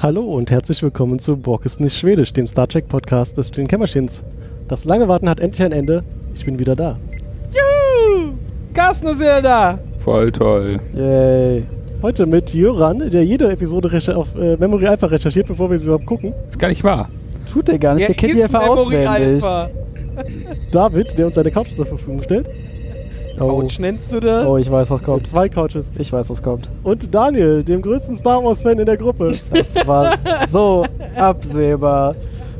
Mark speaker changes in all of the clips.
Speaker 1: Hallo und herzlich willkommen zu Borg ist nicht Schwedisch, dem Star Trek Podcast des Stillen Kämmerchens. Das lange Warten hat endlich ein Ende. Ich bin wieder da.
Speaker 2: Juhu! Carsten ist wieder da!
Speaker 3: Voll toll.
Speaker 2: Yay.
Speaker 1: Heute mit Jöran, der jede Episode recher- auf äh, Memory Alpha recherchiert, bevor wir sie überhaupt gucken.
Speaker 3: Ist gar nicht wahr.
Speaker 2: Tut er gar nicht, der kennt die einfach auswendig.
Speaker 1: David, der uns seine Couch zur Verfügung stellt.
Speaker 2: Oh.
Speaker 4: Couch nennst du das?
Speaker 2: oh, ich weiß, was
Speaker 1: Mit
Speaker 2: kommt.
Speaker 1: zwei Couches.
Speaker 2: Ich weiß, was kommt.
Speaker 1: Und Daniel, dem größten Star Wars-Fan in der Gruppe. Äh,
Speaker 2: Das war so absehbar.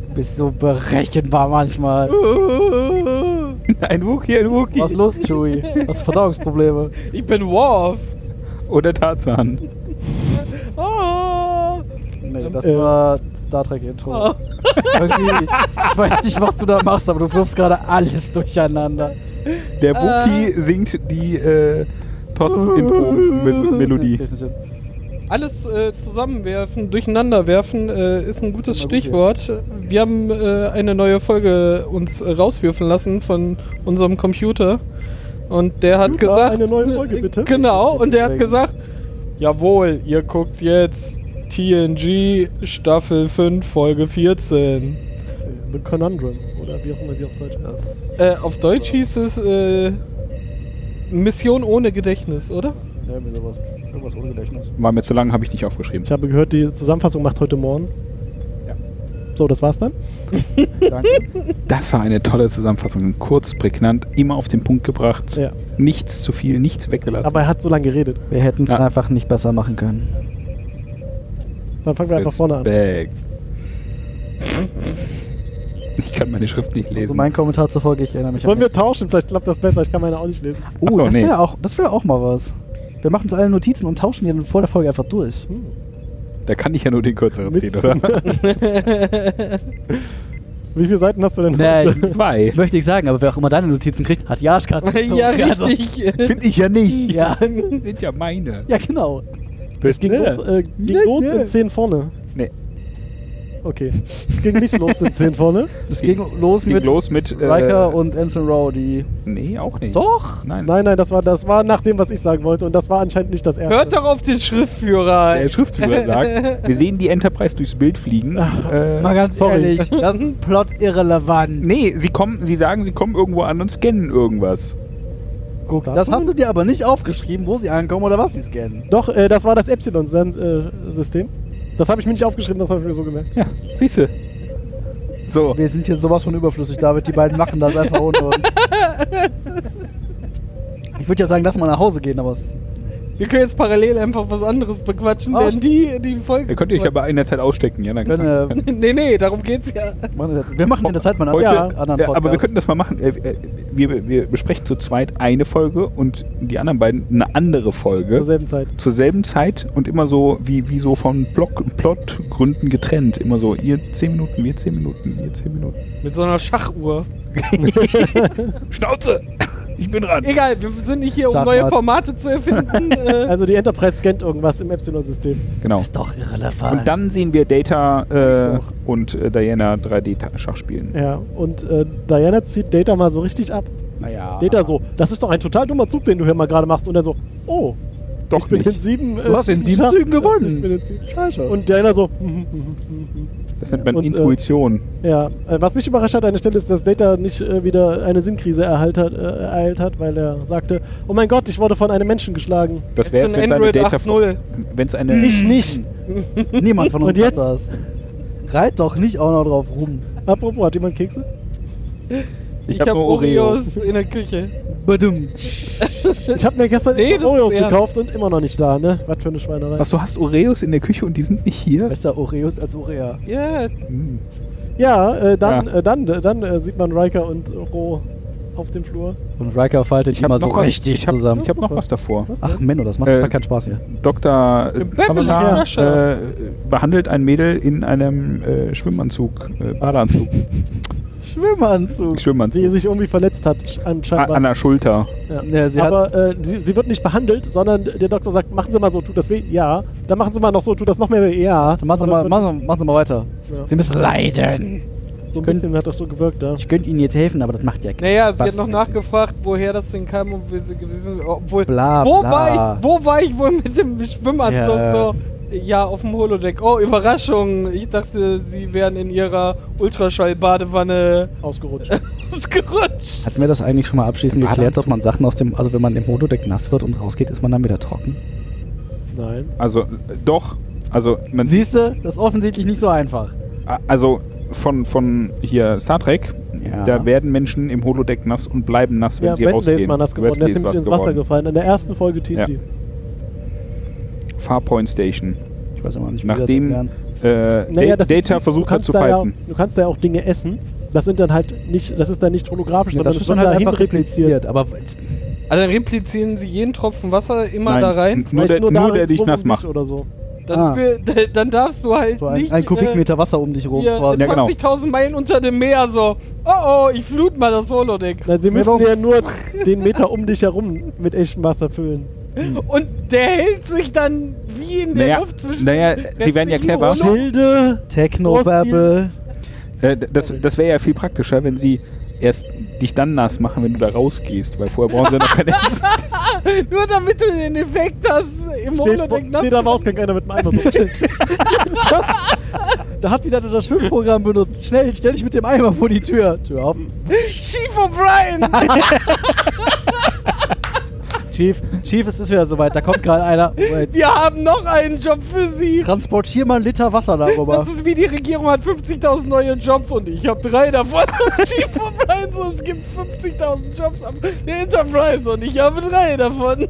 Speaker 2: Du bist so berechenbar manchmal.
Speaker 1: Oh.
Speaker 3: Ein Wookie, ein Wookie.
Speaker 2: Was ist los, Chewie? Hast du Verdauungsprobleme?
Speaker 4: Ich bin Worf.
Speaker 3: Oder Tarzan.
Speaker 4: Oh.
Speaker 2: Nee, das
Speaker 1: Ähm.
Speaker 2: war Star Trek Intro.
Speaker 4: Oh.
Speaker 2: Irgendwie, ich weiß nicht, was du da machst, aber du wirfst gerade alles durcheinander.
Speaker 1: Äh.
Speaker 3: Der
Speaker 4: Ah.
Speaker 3: Wookie singt die äh, Toss-Intro-Melodie.
Speaker 2: Kriegst nicht hin.
Speaker 4: Alles äh, zusammenwerfen, durcheinander werfen äh, ist ein gutes
Speaker 2: Immer gut,
Speaker 4: Stichwort. Wir haben äh, eine neue Folge uns äh, rauswürfen lassen von unserem Computer. Und der hat
Speaker 1: Computer,
Speaker 4: gesagt.
Speaker 1: eine neue Folge, bitte.
Speaker 4: Genau, und der hat
Speaker 2: Deswegen.
Speaker 4: gesagt: Jawohl, ihr guckt jetzt TNG Staffel 5, Folge 14.
Speaker 1: The Conundrum, oder wie auch immer sie auf Deutsch heißt.
Speaker 2: Das,
Speaker 4: Äh, auf Deutsch hieß es äh, Mission ohne Gedächtnis, oder?
Speaker 2: ja, mir sowas. Irgendwas ohne Gedächtnis.
Speaker 3: War mir zu lang, habe ich nicht aufgeschrieben.
Speaker 1: Ich habe gehört, die Zusammenfassung macht heute Morgen.
Speaker 3: Ja.
Speaker 1: So, das war's dann.
Speaker 2: Danke.
Speaker 3: Das war eine tolle Zusammenfassung. Kurz, prägnant, immer auf den Punkt gebracht.
Speaker 1: Ja.
Speaker 3: Nichts zu viel, nichts weggelassen.
Speaker 1: Aber er hat so lange geredet.
Speaker 2: Wir hätten es
Speaker 3: Ja.
Speaker 2: einfach nicht besser machen können.
Speaker 1: Dann fangen wir einfach vorne an.
Speaker 3: Respekt. Ich kann meine Schrift nicht lesen.
Speaker 2: Also mein Kommentar zur Folge, ich erinnere mich
Speaker 1: Wollen wir tauschen? Vielleicht klappt das besser. Ich kann meine auch nicht lesen.
Speaker 2: Oh,
Speaker 3: Ach so,
Speaker 2: das
Speaker 3: nee.
Speaker 2: wäre auch, das wär auch mal was. Wir machen uns alle Notizen und tauschen die dann vor der Folge einfach durch.
Speaker 3: da kann ich ja nur den kürzeren
Speaker 1: Mist.
Speaker 3: ziehen, oder?
Speaker 1: Wie viele Seiten hast du denn heute?
Speaker 2: Nein.
Speaker 3: Zwei.
Speaker 2: Ich möchte nicht sagen, aber wer auch immer deine Notizen kriegt, hat Jaschka.
Speaker 4: ja, richtig.
Speaker 3: Finde ich ja nicht.
Speaker 2: Ja.
Speaker 3: Das sind ja meine.
Speaker 2: ja, genau.
Speaker 1: Es ging
Speaker 3: Nee.
Speaker 1: los, äh, ging
Speaker 2: Nee,
Speaker 1: los
Speaker 2: nee.
Speaker 1: in 10 vorne.
Speaker 3: Nee.
Speaker 1: Okay. Es ging nicht los in 10 vorne.
Speaker 2: Es ging los
Speaker 3: Ging
Speaker 2: mit
Speaker 3: los mit. äh,
Speaker 2: Riker und Anson Rowe, die.
Speaker 3: Nee, auch nicht.
Speaker 2: Doch!
Speaker 3: Nein.
Speaker 1: Nein, nein, das war, das war nach dem, was ich sagen wollte. Und das war anscheinend nicht das erste.
Speaker 4: Hört doch auf den Schriftführer.
Speaker 3: Der Schriftführer sagt, wir sehen die Enterprise durchs Bild fliegen. Äh,
Speaker 2: Mal ganz
Speaker 1: sorry.
Speaker 2: ehrlich, das ist plot irrelevant.
Speaker 3: nee, sie kommen, sie sagen, sie kommen irgendwo an und scannen irgendwas.
Speaker 1: Äh,
Speaker 2: Guck, das hast du dir aber nicht aufgeschrieben, wo sie ankommen oder was sie scannen.
Speaker 1: Doch, äh, das war das Epsilon-System. das habe ich mir nicht aufgeschrieben, das habe ich mir so gemerkt.
Speaker 3: Ja, siehste. So,
Speaker 2: Wir sind hier sowas von überflüssig, David. Die beiden machen das einfach ohne uns. Ich würde ja sagen, lass mal nach Hause gehen, aber es
Speaker 4: Wir können jetzt parallel einfach was anderes bequatschen,
Speaker 2: Oh,
Speaker 4: denn die, die Folge.
Speaker 3: ihr könnt euch aber in der Zeit ausstecken, ja? Dann
Speaker 2: können, äh,
Speaker 4: nee, nee, darum geht's ja.
Speaker 2: machen wir jetzt- wir machen in der Zeit mal einen
Speaker 3: Heute-
Speaker 2: anderen- anderen
Speaker 3: ja,
Speaker 2: Podcast.
Speaker 3: aber wir könnten das mal machen. Äh, äh, Wir, wir besprechen zu zweit eine Folge und die anderen beiden eine andere
Speaker 1: Zur
Speaker 3: Folge.
Speaker 1: selben Zeit.
Speaker 3: Zur selben Zeit und immer so wie, wie so von Block, Plotgründen getrennt. Immer so, ihr 10 Minuten, wir 10 Minuten, ihr 10 Minuten.
Speaker 4: Mit so einer Schachuhr.
Speaker 3: Schnauze! Ich bin dran.
Speaker 4: Egal, wir sind nicht hier, um
Speaker 2: Schachmatt.
Speaker 4: neue Formate zu erfinden. äh,
Speaker 1: Also die Enterprise scannt irgendwas im Epsilon-System.
Speaker 3: Genau.
Speaker 2: Ist doch irrelevant.
Speaker 3: Und dann sehen wir Data äh, und äh, Diana 3D-Schach spielen.
Speaker 1: Ja. Und äh, Diana zieht Data mal so richtig ab.
Speaker 3: Naja.
Speaker 1: Data so, das ist doch ein total dummer Zug, den du hier mal gerade machst. Und er so, oh,
Speaker 3: Doch
Speaker 1: ich bin in
Speaker 3: nicht.
Speaker 1: sieben.
Speaker 3: Du hast in sieben
Speaker 1: Schach-
Speaker 3: Zügen gewonnen.
Speaker 1: Ich bin in sieben-
Speaker 2: Scheiße.
Speaker 1: Und Diana so,
Speaker 3: Das nennt man
Speaker 1: Und, äh,
Speaker 3: Intuition.
Speaker 1: Ja, äh, was mich überrascht hat an der Stelle ist, dass Data nicht äh, wieder eine Sinnkrise erhalt hat, äh, ereilt hat, weil er sagte, oh mein Gott, ich wurde von einem Menschen geschlagen.
Speaker 3: das wäre es,
Speaker 4: jetzt
Speaker 3: wenn
Speaker 4: schon
Speaker 3: es eine
Speaker 4: Android
Speaker 3: Data
Speaker 4: 8.0.
Speaker 3: Wenn es
Speaker 2: Mhm.
Speaker 3: eine.
Speaker 1: Ich nicht.
Speaker 2: Niemand von uns
Speaker 1: Und jetzt?
Speaker 2: hat das. Reit doch nicht auch noch drauf rum.
Speaker 1: Apropos, hat jemand Kekse?
Speaker 3: Ich
Speaker 4: hab
Speaker 3: habe nur Oreo.
Speaker 4: Oreos in der Küche.
Speaker 2: Badum.
Speaker 1: Ich habe mir gestern
Speaker 4: Nee,
Speaker 1: extra
Speaker 4: das ist
Speaker 1: Oreos
Speaker 4: ernst.
Speaker 1: gekauft und immer noch nicht da, ne? Was für eine Schweinerei.
Speaker 3: Was, du hast Oreos in der Küche und die sind nicht hier?
Speaker 2: Besser Oreos als Orea.
Speaker 4: Ja,
Speaker 3: Hm.
Speaker 1: Ja, äh, dann,
Speaker 3: Ja.
Speaker 1: Äh, dann, äh, dann äh, sieht man Riker und Ro auf dem Flur.
Speaker 2: Und Riker faltet
Speaker 3: hab
Speaker 2: immer so
Speaker 3: noch was-
Speaker 2: richtig
Speaker 3: ich hab,
Speaker 2: zusammen.
Speaker 3: Ich habe noch was davor.
Speaker 1: Was
Speaker 2: Ach
Speaker 1: denn?
Speaker 2: Menno, das macht
Speaker 3: Äh,
Speaker 2: äh, keinen Spaß hier.
Speaker 3: Dr. äh,
Speaker 4: Beverly
Speaker 3: Pamela
Speaker 4: Crusher.
Speaker 3: äh, behandelt ein Mädel in einem äh, Schwimmanzug, äh, Badeanzug,
Speaker 2: Schwimmanzug.
Speaker 1: Die
Speaker 3: Schwimmanzug.
Speaker 1: sich irgendwie verletzt hat, sch-
Speaker 3: A-
Speaker 1: anscheinend.
Speaker 3: An der Schulter.
Speaker 1: Ja.
Speaker 2: Ja, sie hat-
Speaker 1: Aber äh, sie, sie wird nicht behandelt, sondern der Doktor sagt, machen Sie mal so, tut das weh, ja. Dann machen Sie mal noch so, tut das noch mehr weh, ja.
Speaker 2: Dann machen Sie
Speaker 1: Und
Speaker 2: mal,
Speaker 1: wird-
Speaker 2: machen, Sie- machen Sie mal weiter.
Speaker 1: Ja.
Speaker 2: Sie müssen leiden.
Speaker 1: so ein
Speaker 2: können-
Speaker 1: bisschen hat das so gewirkt, ja.
Speaker 2: Ich könnte Ihnen jetzt helfen, aber das macht ja keinen
Speaker 4: naja, sie
Speaker 2: Spaß.
Speaker 4: hat noch nachgefragt, woher das denn kam und wir sie gewesen. Obwohl.
Speaker 2: Bla,
Speaker 4: wo,
Speaker 2: bla.
Speaker 4: War ich, wo war ich wohl mit dem Schwimmanzug?
Speaker 2: Ja.
Speaker 4: So, Ja, auf dem Holodeck. Oh, Überraschung. Ich dachte, sie wären in ihrer Ultraschall-Badewanne
Speaker 1: Ausgerutscht.
Speaker 4: ausgerutscht.
Speaker 2: Hatten wir das eigentlich schon mal abschließend geklärt, ob man Sachen aus dem, also wenn man im Holodeck nass wird und rausgeht, ist man dann wieder trocken?
Speaker 1: Nein.
Speaker 3: Also, äh, doch. Also, man sieht,
Speaker 2: Siehst du, das ist offensichtlich nicht so einfach.
Speaker 3: also von, von hier Star Trek,
Speaker 2: Ja.
Speaker 3: da werden Menschen im Holodeck nass und bleiben nass, wenn
Speaker 1: Ja,
Speaker 3: sie
Speaker 1: Wesley
Speaker 3: rausgehen.
Speaker 1: ist mal nass geworden. Der ist nämlich ins Wasser gefallen. In der ersten Folge TNG.
Speaker 3: Farpoint Station.
Speaker 2: Ich weiß immer nicht, wie das
Speaker 3: Nachdem
Speaker 2: erklären.
Speaker 3: äh,
Speaker 1: Naja,
Speaker 3: Da
Speaker 1: das
Speaker 3: Data
Speaker 1: ist-
Speaker 3: versucht
Speaker 1: du
Speaker 3: hat
Speaker 1: kannst
Speaker 3: zu
Speaker 1: da ja,
Speaker 3: pfeifen.
Speaker 1: Du kannst da ja auch Dinge essen. Das sind dann halt nicht, das ist dann nicht holographisch,
Speaker 2: Ja,
Speaker 1: sondern
Speaker 2: das
Speaker 1: das
Speaker 2: ist
Speaker 1: wird
Speaker 2: schon
Speaker 1: dann
Speaker 2: halt
Speaker 1: dahin
Speaker 2: einfach
Speaker 1: repliziert.
Speaker 2: repliziert, aber
Speaker 4: Also dann replizieren sie jeden Tropfen Wasser immer
Speaker 3: Nein,
Speaker 4: da rein.
Speaker 3: Nur
Speaker 1: Vielleicht
Speaker 3: der, nur
Speaker 1: darin
Speaker 3: der dich
Speaker 1: drum und
Speaker 3: nass
Speaker 1: nicht
Speaker 3: macht.
Speaker 1: Oder so.
Speaker 4: Dann,
Speaker 2: Ah.
Speaker 4: will- dann darfst du halt
Speaker 2: so ein,
Speaker 4: nicht.
Speaker 2: ein Kubikmeter Wasser um dich
Speaker 4: Äh,
Speaker 2: rum
Speaker 4: hier
Speaker 2: quasi.
Speaker 3: Ja, genau.
Speaker 4: 20.000 Meilen unter dem Meer so. Oh oh, ich flut mal das Holodeck.
Speaker 1: Nein, sie müssen
Speaker 2: warum-
Speaker 1: ja nur den Meter um dich herum mit echtem Wasser füllen.
Speaker 4: Und der hält sich dann wie in der
Speaker 3: Naja,
Speaker 4: Luft zwischen.
Speaker 3: naja, die werden ja
Speaker 4: restlichen
Speaker 3: clever.
Speaker 4: Holo-
Speaker 1: Schilde.
Speaker 2: Technobabble.
Speaker 3: Äh, d- das das wäre ja viel praktischer, wenn sie erst dich dann nass machen, wenn du da rausgehst, weil vorher brauchen sie noch keine
Speaker 4: Nur damit du den Effekt hast, im Holodeck
Speaker 1: Steht,
Speaker 4: nass.
Speaker 1: steht am Ausgang einer mit einem Eimer. So.
Speaker 2: Da hat wieder das Schwimmprogramm benutzt. Schnell, stell dich mit dem Eimer vor die Tür. Tür auf.
Speaker 4: Chief O'Brien!
Speaker 2: Chief, Chief, es ist wieder soweit. Da kommt gerade einer. Wait.
Speaker 4: Wir haben noch einen Job für Sie!
Speaker 2: Transportier mal einen Liter Wasser darüber.
Speaker 4: Das ist wie die Regierung hat 50.000 neue Jobs und ich habe drei davon. Chief O'Brien so, es gibt 50.000 Jobs am der Enterprise und ich habe drei davon.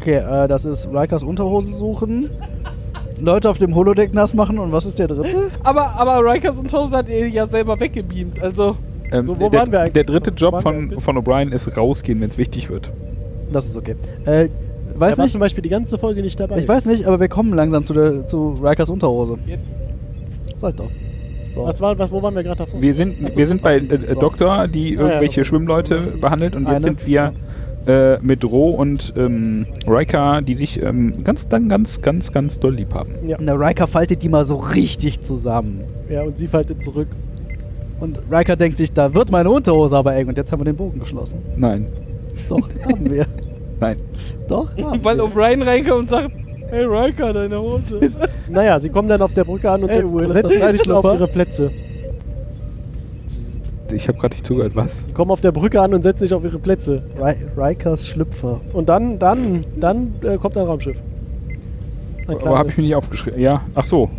Speaker 2: Okay, äh, das ist Rikers Unterhose suchen. Leute auf dem Holodeck nass machen und was ist der dritte?
Speaker 4: Aber, aber Rikers und Toast hat ihr ja selber weggebeamt, also
Speaker 3: Ähm,
Speaker 1: So, wo
Speaker 3: der,
Speaker 1: waren wir eigentlich?
Speaker 3: der dritte
Speaker 1: Wo
Speaker 3: Job
Speaker 1: waren wir
Speaker 3: von,
Speaker 1: eigentlich?
Speaker 3: von O'Brien ist rausgehen, wenn es wichtig wird.
Speaker 2: Das ist okay. Äh,
Speaker 1: Er
Speaker 2: weiß
Speaker 1: war
Speaker 2: nicht,
Speaker 1: zum Beispiel die ganze Folge nicht dabei.
Speaker 2: ich weiß nicht, aber wir kommen langsam zu, der, zu Rikers Unterhose.
Speaker 4: Jetzt.
Speaker 2: Sag doch. So.
Speaker 1: Was war, was, wo waren wir gerade davor?
Speaker 3: Wir sind,
Speaker 1: Ach so,
Speaker 3: wir sind bei äh, äh,
Speaker 2: so.
Speaker 3: Doktor, die
Speaker 1: ja,
Speaker 3: irgendwelche
Speaker 1: okay.
Speaker 3: Schwimmleute behandelt und jetzt
Speaker 2: Eine.
Speaker 3: sind wir äh, mit Ro und ähm, Riker, die sich ähm, ganz, dann ganz, ganz, ganz doll lieb haben.
Speaker 1: Ja.
Speaker 2: Na, Riker faltet die mal so richtig zusammen.
Speaker 1: ja, und sie faltet zurück.
Speaker 2: Und Riker denkt sich, da wird meine Unterhose aber eng. Und jetzt haben wir den Bogen geschlossen.
Speaker 3: Nein,
Speaker 2: Doch, haben wir.
Speaker 3: nein.
Speaker 2: Doch, haben
Speaker 4: weil um
Speaker 2: wir.
Speaker 4: O'Brien reinkommt und sagt, hey Riker, deine Hose.
Speaker 1: Naja, sie kommen dann auf der Brücke an und
Speaker 2: Hey, Will, ist das
Speaker 1: setzen sich auf
Speaker 2: Freischlupper?
Speaker 1: ihre Plätze.
Speaker 3: Ich habe gerade nicht zugehört, was?
Speaker 1: Die kommen auf der Brücke an und setzen sich auf ihre Plätze.
Speaker 2: Ri- Rikers Schlüpfer.
Speaker 1: Und dann, dann, dann äh, kommt ein Raumschiff. Ein
Speaker 3: Aber habe ich mir nicht aufgeschrieben. Ja, ach so.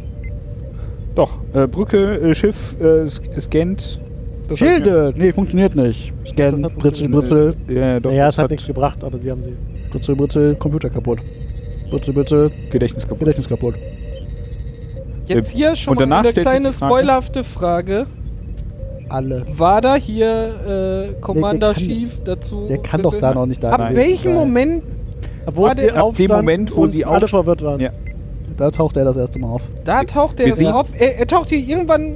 Speaker 3: Doch, äh, Brücke, äh, Schiff, äh, sk- scannt. Das hab ich mir- Äh,
Speaker 2: Schilde! Nee, funktioniert nicht. Scan,
Speaker 1: Das hat
Speaker 2: Britzel,
Speaker 1: funktioniert.
Speaker 2: Britzel,
Speaker 3: Ja, doch,
Speaker 1: Naja,
Speaker 3: das
Speaker 1: es hat nichts gebracht, aber sie haben sie.
Speaker 2: Britzel, Britzel, Computer kaputt. Britzel, Britzel,
Speaker 3: Gedächtnis kaputt.
Speaker 2: Gedächtnis kaputt.
Speaker 4: Jetzt hier schon
Speaker 3: Äh, Und
Speaker 4: mal
Speaker 3: danach
Speaker 4: eine
Speaker 3: stellt sich
Speaker 4: kleine
Speaker 3: die Frage-
Speaker 4: spoilerhafte Frage.
Speaker 2: Alle.
Speaker 4: War da hier äh, Commander
Speaker 2: der kann-
Speaker 4: Chief dazu?
Speaker 2: Der kann doch da noch nicht da
Speaker 4: Ab
Speaker 2: rein.
Speaker 4: welchem
Speaker 2: Nein.
Speaker 4: Moment?
Speaker 1: Obwohl
Speaker 4: War
Speaker 1: sie
Speaker 4: der-
Speaker 3: Ab dem
Speaker 1: aufstanden
Speaker 3: Moment, wo
Speaker 1: und
Speaker 3: sie
Speaker 1: alle
Speaker 3: auf-
Speaker 1: verwirrt waren.
Speaker 3: Ja.
Speaker 2: Da taucht er das erste Mal auf.
Speaker 4: Da taucht
Speaker 3: Wir
Speaker 4: der
Speaker 3: sehen-
Speaker 4: auf. Er, er taucht hier irgendwann.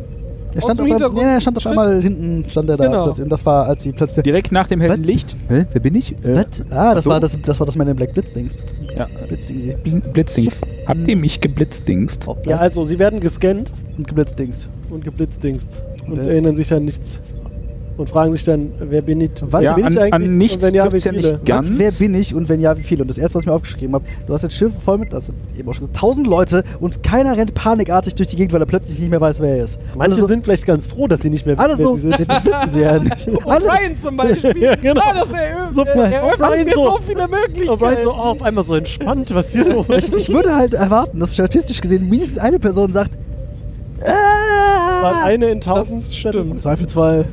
Speaker 2: Er
Speaker 4: Aus
Speaker 2: stand,
Speaker 4: dem
Speaker 2: auf, einem,
Speaker 4: Hintergrund-
Speaker 2: nee, er stand auf
Speaker 4: Schritt.
Speaker 2: einmal hinten, stand er da
Speaker 4: Genau.
Speaker 2: plötzlich. Und das war, als sie plötzlich.
Speaker 3: Direkt nach dem hellen Licht. Hä? Wer bin ich? Äh,
Speaker 2: Was? Ah, das
Speaker 3: so.
Speaker 2: war das, das war das Man in Black Blitzdingst.
Speaker 3: Ja.
Speaker 2: Blitzdingsi.
Speaker 3: Bl- Blitzdings. Habt ihr mich geblitzdingst?
Speaker 2: Ob
Speaker 1: Ja,
Speaker 2: das-
Speaker 1: also sie werden gescannt
Speaker 2: und Geblitzdingst.
Speaker 1: und geblitzdingst und
Speaker 2: Äh.
Speaker 1: erinnern sich an nichts und fragen sich dann, wer bin ich?
Speaker 2: Was
Speaker 3: ja,
Speaker 1: bin
Speaker 3: an,
Speaker 1: ich eigentlich?
Speaker 3: an nichts
Speaker 1: und wenn ja, wie
Speaker 3: glaubt's ja
Speaker 1: viele?
Speaker 3: nicht ganz.
Speaker 2: Was, wer bin ich und wenn ja, wie viele? Und das erste, was ich mir aufgeschrieben habe, du hast jetzt Schiff voll mit, das sind eben auch schon gesagt, tausend Leute und keiner rennt panikartig durch die Gegend, weil er plötzlich nicht mehr weiß, wer er ist.
Speaker 1: Manche
Speaker 2: also,
Speaker 1: sind vielleicht ganz froh, dass sie nicht mehr
Speaker 2: Alle so,
Speaker 1: wissen, wer sie sind.
Speaker 2: das wissen sie ja nicht. Alle,
Speaker 4: O'Brien zum Beispiel.
Speaker 1: Ja, genau.
Speaker 4: Ah, das er,
Speaker 2: So,
Speaker 4: er, er
Speaker 1: O'Brien
Speaker 4: öffnet mir
Speaker 1: so.
Speaker 4: so viele Möglichkeiten.
Speaker 1: O'Brien so oh, auf einmal so entspannt, was hier los
Speaker 2: ich, ich würde halt erwarten, dass statistisch gesehen mindestens eine Person sagt,
Speaker 1: war.
Speaker 2: ah!
Speaker 1: Eine in tausend
Speaker 4: Das
Speaker 2: Im
Speaker 1: Statistiken.
Speaker 2: Zweifelsfall.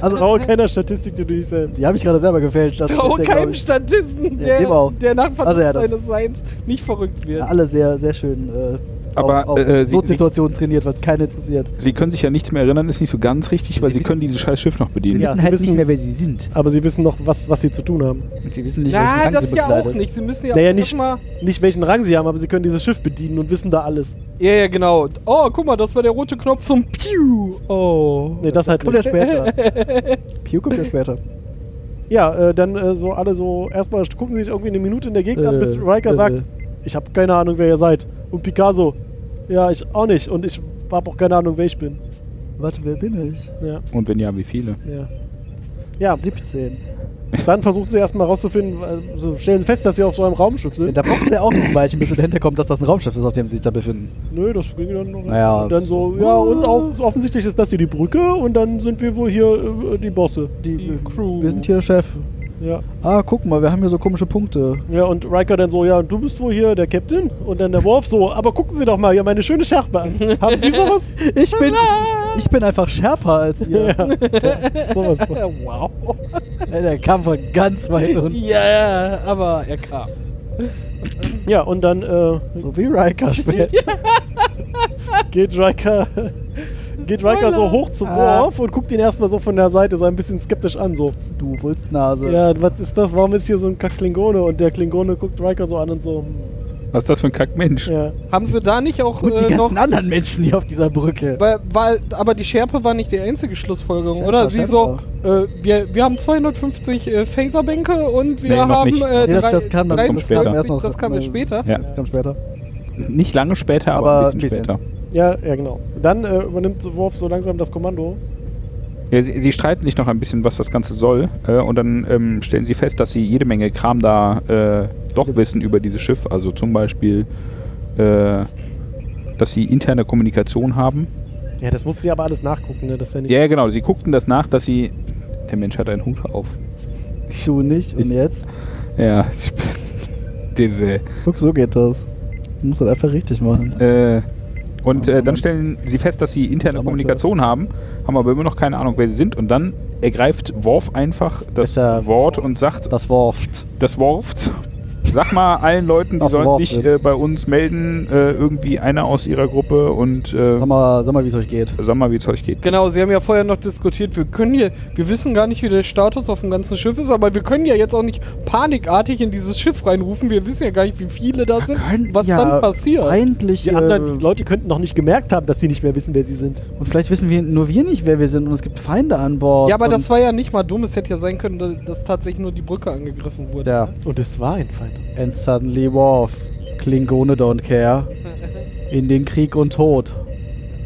Speaker 2: Also,
Speaker 1: Traue keiner Statistik, die du dich selbst.
Speaker 2: die habe ich gerade selber gefälscht. das
Speaker 4: Trau
Speaker 2: ist der, glaub
Speaker 4: keinem
Speaker 2: ich.
Speaker 4: Statisten,
Speaker 2: Ja,
Speaker 4: der,
Speaker 2: dem auch.
Speaker 4: der nach
Speaker 2: Also ja, das-
Speaker 4: seines Seins nicht verrückt wird.
Speaker 2: Ja, alle sehr, sehr schön. Äh,
Speaker 3: Aber,
Speaker 2: auf, auf
Speaker 3: äh, sie-
Speaker 2: Notsituationen trainiert, weil es keinen interessiert.
Speaker 3: Sie können sich ja nichts mehr erinnern, ist nicht so ganz richtig, weil sie können dieses scheiß Schiff noch bedienen.
Speaker 1: Ja. wissen halt nicht mehr,
Speaker 2: wer sie sind.
Speaker 1: Aber sie wissen noch, was, was sie zu tun haben.
Speaker 2: Sie wissen nicht,
Speaker 4: Na, das ja auch nicht. Sie müssen ja
Speaker 1: Naja,
Speaker 4: auch
Speaker 1: nicht-
Speaker 4: erstmal.
Speaker 1: Nicht welchen Rang sie haben, aber sie können dieses Schiff bedienen und wissen da alles.
Speaker 4: Ja, ja, genau. Oh, guck mal, das war der rote Knopf zum Piu. Oh.
Speaker 1: Nee, das halt
Speaker 2: Kommt ja
Speaker 1: nicht.
Speaker 2: später. Pew kommt ja später.
Speaker 1: Ja, äh, dann äh, so alle so, erstmal gucken sie sich irgendwie eine Minute in der Gegend an,
Speaker 2: Äh,
Speaker 1: bis Riker
Speaker 2: äh,
Speaker 1: sagt,
Speaker 2: äh.
Speaker 1: ich habe keine Ahnung, wer ihr seid. Und Picasso, ja, ich auch nicht. Und ich habe auch keine Ahnung, wer ich bin.
Speaker 2: Warte, wer bin ich?
Speaker 1: Ja,
Speaker 3: Und wenn ja, wie viele?
Speaker 1: ja. Ja,
Speaker 2: 17.
Speaker 1: Dann versuchen sie erstmal rauszufinden, also stellen sie fest, dass sie auf so einem Raumschiff sind.
Speaker 2: Da braucht es ja auch noch ein Weilchen, bis du dahinter kommt, dass das ein Raumschiff ist, auf dem sie sich da befinden.
Speaker 1: Nö, das ging dann noch.
Speaker 2: Naja.
Speaker 1: Und dann so, ja, und auch, offensichtlich ist das hier die Brücke und dann sind wir wohl hier äh, die Bosse, die, Crew.
Speaker 2: Wir sind hier Chef.
Speaker 1: Ja.
Speaker 2: Ah, guck mal, wir haben hier so komische Punkte.
Speaker 1: ja, und Riker dann so, ja, du bist wohl hier der Captain und dann der Worf so, aber gucken Sie doch mal, ja, meine schöne Schachbahn. Haben Sie sowas?
Speaker 2: Ich bin, ich bin einfach schärfer als ihr.
Speaker 1: ja, sowas.
Speaker 4: Wow.
Speaker 2: Ey, Der kam von ganz weit unten.
Speaker 4: Ja, ja, aber er kam.
Speaker 1: Ja, und dann äh,
Speaker 2: So wie Riker später.
Speaker 1: geht Riker. Geht Riker so hoch zum
Speaker 2: Ah.
Speaker 1: Worf und guckt ihn erstmal so von der Seite, so ein bisschen skeptisch an, so.
Speaker 2: Du Wulstnase.
Speaker 1: Ja, was ist das? Warum ist hier so ein Kack-Klingone? Und der Klingone guckt Riker so an und so. hm,
Speaker 3: Was ist das für ein Kackmensch?
Speaker 1: Ja.
Speaker 4: Haben sie da nicht auch
Speaker 2: Und die
Speaker 4: äh,
Speaker 2: ganzen
Speaker 4: noch.
Speaker 2: anderen Menschen hier auf dieser Brücke.
Speaker 4: Weil, weil, aber die Schärpe war nicht die einzige Schlussfolgerung,
Speaker 2: Schärpe
Speaker 4: oder?
Speaker 2: war
Speaker 4: Sie
Speaker 2: Schärpe
Speaker 4: so, äh, wir, wir haben 250 äh, Phaserbänke und wir
Speaker 3: Nee, noch
Speaker 4: haben
Speaker 3: nicht.
Speaker 4: äh,
Speaker 2: Nee, das-
Speaker 4: drei-
Speaker 2: das kam dann-
Speaker 4: 23
Speaker 3: kommt später.
Speaker 4: das
Speaker 2: Erst noch-
Speaker 4: das kam jetzt später.
Speaker 3: Ja.
Speaker 2: Das kam später.
Speaker 3: Nicht lange später, aber,
Speaker 2: Aber
Speaker 3: ein bisschen,
Speaker 2: ein bisschen.
Speaker 3: später.
Speaker 1: Ja, ja, genau. Dann äh, übernimmt Worf so langsam das Kommando.
Speaker 3: Ja, sie, sie streiten sich noch ein bisschen, was das Ganze soll. Äh, und dann ähm, stellen sie fest, dass sie jede Menge Kram da äh, doch wissen über dieses Schiff. Also zum Beispiel, äh, dass sie interne Kommunikation haben.
Speaker 1: Ja, das mussten sie aber alles nachgucken, ne? Das ist ja nicht.
Speaker 3: Ja, ja, genau. Sie guckten das nach, dass sie. Der Mensch hat einen Hut auf.
Speaker 2: Ich tu nicht. Und
Speaker 3: Ich-
Speaker 2: jetzt?
Speaker 3: Ja, diese.
Speaker 2: Guck, so geht das. Du musst das einfach richtig machen.
Speaker 3: Äh, und äh, dann stellen sie fest, dass sie interne
Speaker 2: Amateur.
Speaker 3: Kommunikation haben, haben aber immer noch keine Ahnung, wer sie sind. Und dann ergreift Worf einfach das
Speaker 2: Besser-
Speaker 3: Wort und sagt,
Speaker 2: Das Worft.
Speaker 3: das Worft. Sag mal allen Leuten, die
Speaker 2: Das
Speaker 3: sollen
Speaker 2: Worft,
Speaker 3: sich
Speaker 2: ja.
Speaker 3: äh, bei uns melden, äh, irgendwie einer aus ihrer Gruppe und äh,
Speaker 2: Sag mal, sag mal wie es euch geht.
Speaker 3: sag mal, wie es euch geht.
Speaker 4: Genau, sie haben ja vorher noch diskutiert, wir können hier, wir wissen gar nicht, wie der Status auf dem ganzen Schiff ist, aber wir können ja jetzt auch nicht panikartig in dieses Schiff reinrufen, wir wissen ja gar nicht, wie viele da sind, was
Speaker 2: ja,
Speaker 4: dann passiert.
Speaker 2: Eigentlich.
Speaker 1: Die anderen
Speaker 2: äh,
Speaker 1: Leute könnten noch nicht gemerkt haben, dass sie nicht mehr wissen, wer sie sind.
Speaker 2: und vielleicht wissen wir nur wir nicht, wer wir sind. Und es gibt Feinde an Bord.
Speaker 4: Ja, aber das
Speaker 2: und-
Speaker 4: war ja nicht mal dumm, es hätte ja sein können, dass, dass tatsächlich nur die Brücke angegriffen wurde.
Speaker 2: Ja.
Speaker 1: Und es war ein Feind.
Speaker 2: And suddenly Worf. Klingone don't care. In den Krieg und Tod.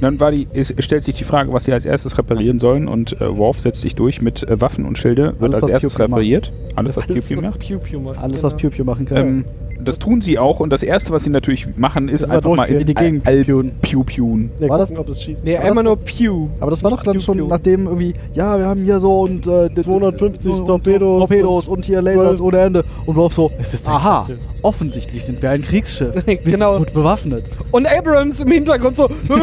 Speaker 3: Dann war die, es stellt sich die Frage, was sie als erstes reparieren sollen und äh, Worf setzt sich durch mit äh, Waffen und Schilde, wird
Speaker 2: Alles,
Speaker 3: als
Speaker 2: was
Speaker 3: erstes
Speaker 2: Pew Pew macht.
Speaker 3: repariert. Alles, was
Speaker 4: Alles,
Speaker 3: Piu
Speaker 4: was
Speaker 3: macht.
Speaker 4: Pew Pew macht.
Speaker 2: Alles, was
Speaker 4: genau.
Speaker 2: Pew Pew machen kann.
Speaker 3: Ähm, das tun sie auch und das erste, was sie natürlich machen, ist
Speaker 1: Das war
Speaker 3: einfach mal
Speaker 1: durchziehen.
Speaker 3: in
Speaker 2: Die Gegend
Speaker 3: Al-
Speaker 2: pewen.
Speaker 3: Pew-Pewen.
Speaker 1: Ja,
Speaker 2: War das-
Speaker 1: gucken, ob es schießt.
Speaker 4: Nee,
Speaker 2: Aber
Speaker 4: einmal nur Pew.
Speaker 2: Aber das war doch dann
Speaker 4: Pew,
Speaker 2: schon,
Speaker 4: pew.
Speaker 2: nachdem irgendwie, ja, wir haben hier so und äh, d-
Speaker 1: 250
Speaker 2: und-
Speaker 1: Torpedos
Speaker 2: Torpedos und hier Lasers
Speaker 1: Zwölf.
Speaker 2: ohne Ende. Und Worf so,
Speaker 1: Es ist ein
Speaker 2: aha,
Speaker 1: Kriegsschiff.
Speaker 2: offensichtlich sind wir ein Kriegsschiff. Wir
Speaker 4: Genau.
Speaker 2: sind gut bewaffnet.
Speaker 4: Und Abrams im Hintergrund so.
Speaker 1: Wer